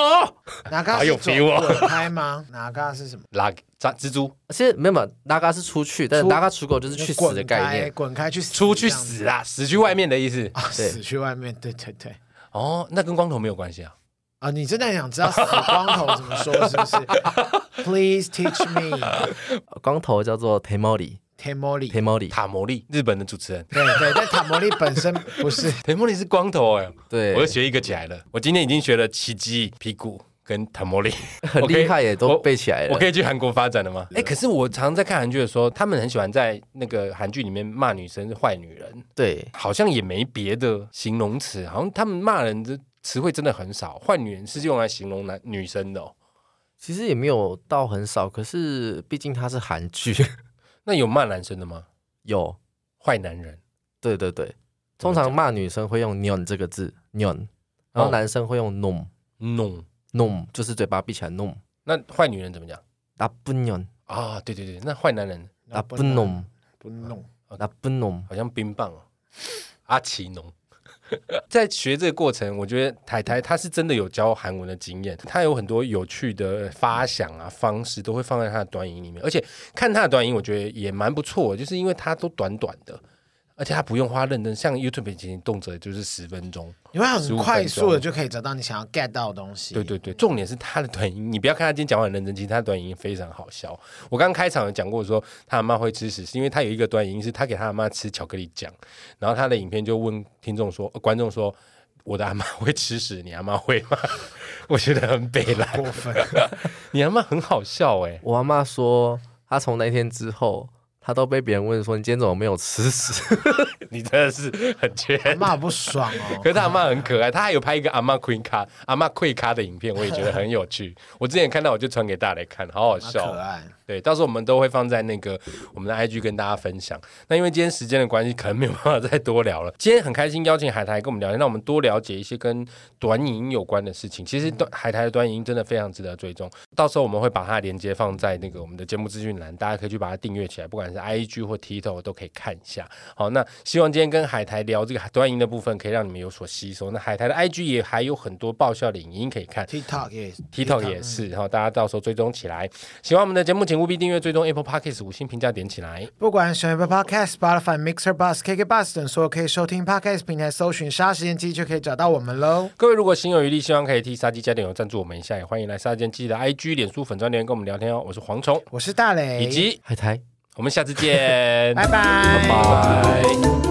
Speaker 3: 哪个
Speaker 2: 好有 feel 哦
Speaker 3: 开吗？哪个是什么？
Speaker 2: 拉扎蜘蛛
Speaker 4: 其实没有嘛，哪嘎是出去，但是
Speaker 3: 出
Speaker 4: 哪嘎出狗就是去死的概念。
Speaker 3: 滚开，滚开去死，
Speaker 2: 出去死
Speaker 3: 这样
Speaker 2: 啊，死去外面的意思。
Speaker 3: 啊！
Speaker 4: 对
Speaker 3: 死去外面，对对对。
Speaker 2: 哦，那跟光头没有关系啊。
Speaker 3: 啊，你真的想知道死光头怎么说是不是？Please teach me
Speaker 4: 光头叫做 Temori
Speaker 3: Tamori。
Speaker 4: Temori，
Speaker 2: 塔摩利，日本的主持 人，
Speaker 3: 对对，但塔摩利本身 不是。
Speaker 2: 塔摩利是光头哎、
Speaker 4: 对
Speaker 2: 我又学一个起来了。我今天已经学了奇迹、屁股跟塔 摩利，
Speaker 4: 很厉害耶，
Speaker 2: 我可
Speaker 4: 都
Speaker 2: 以
Speaker 4: 背起来
Speaker 2: 我
Speaker 4: 了
Speaker 2: 可。以去韩国发展了吗？哎、可是我常在看韩剧的时候，他们很喜欢在那个韩剧里面骂女生是坏女人，
Speaker 4: 对，
Speaker 2: 好像也没别的形容词，好像他们骂人的词汇真的很少，坏女人是用来形容男女生的、哦。
Speaker 4: 其实也没有到很少，可是毕竟它是韩剧，
Speaker 2: 那有骂男生的吗？
Speaker 4: 有，
Speaker 2: 坏男人，
Speaker 4: 对对对，通常骂女生会用 “nion” 这个字 “nion”，然后
Speaker 2: 哦
Speaker 4: 男生会用 “nom
Speaker 2: 弄。
Speaker 4: nom”，就是嘴巴闭起来 “nom”，
Speaker 2: 那坏女人怎么讲
Speaker 4: 那不 nion，
Speaker 2: 啊？对对对，那坏男人
Speaker 4: 那不 nom，
Speaker 3: 不弄，
Speaker 4: 那不 nom，
Speaker 2: 好像冰棒哦， 阿奇农。 在学这个过程，我觉得台台她是真的有教韩文的经验，她有很多有趣的发想啊方式都会放在她的短影里面，而且看她的短影，我觉得也蛮不错的，就是因为她都短短的，而且她不用花认真，像 YouTube 以前动辄就是十分钟，
Speaker 3: 你会
Speaker 2: 15
Speaker 3: 很
Speaker 2: 分
Speaker 3: 快速的
Speaker 2: 钟
Speaker 3: 就可以找到你想要 get 到的东西。
Speaker 2: 对对对，重点是他的短音，你不要看他今天讲话很认真，其实他的短音非常好笑。我刚开场有讲过说，他阿妈会吃屎，是因为他有一个短音是他给他阿妈吃巧克力酱，然后他的影片就问听众说、呃观众说。我的阿妈会吃屎，你阿妈会吗？ 我觉得很北啦，
Speaker 3: 过分，
Speaker 2: 你阿妈很好笑哎、
Speaker 4: 我阿妈说，她从那天之后，她都被别人问说你今天怎么没有吃屎？
Speaker 2: 你真的是很缺。
Speaker 3: 骂我不爽哦
Speaker 2: 可。是他阿妈很可爱，他还有拍一个阿妈 queen 咖、阿妈 queen 咖的影片，我也觉得很有趣。我之前看到我就传给大家来看，好好
Speaker 3: 好
Speaker 2: 笑哦。
Speaker 3: 可爱，
Speaker 2: 对，到时候我们都会放在那个我们的 IG 跟大家分享。那因为今天时间的关系，可能没有办法再多聊了。今天很开心邀请海苔跟我们聊天，让我们多了解一些跟短影音有关的事情。其实短海苔的短影音真的非常值得追踪，到时候我们会把它的连接放在那个我们的节目资讯栏，大家可以去把它订阅起来，不管是 IG 或 TikTok 都可以看一下。好，那希望今天跟海苔聊这个短影音的部分，可以让你们有所吸收。那海苔的 IG 也还有很多爆笑的影音可以看。
Speaker 3: TikTok 也
Speaker 2: TikTok 也是，然后大家到时候追踪起来。喜欢我们的节目，请务必订阅、追踪 Apple Podcast 五星评价点起来。
Speaker 3: 不管选 Apple Podcast、Spotify、Mixer、Bus、KK Bus 等所有可以收听 Podcast 平台，搜寻“杀时间机”就可以找到我们喽。
Speaker 2: 各位如果心有余力，希望可以替杀鸡加点油赞助我们一下，也欢迎来杀鸡记得 IG、脸书粉专留言跟我们聊天哦。我是蝗虫，
Speaker 3: 我是大雷，
Speaker 2: 以及
Speaker 4: 海苔。
Speaker 2: 我们下次见，
Speaker 3: 拜拜，
Speaker 2: 拜。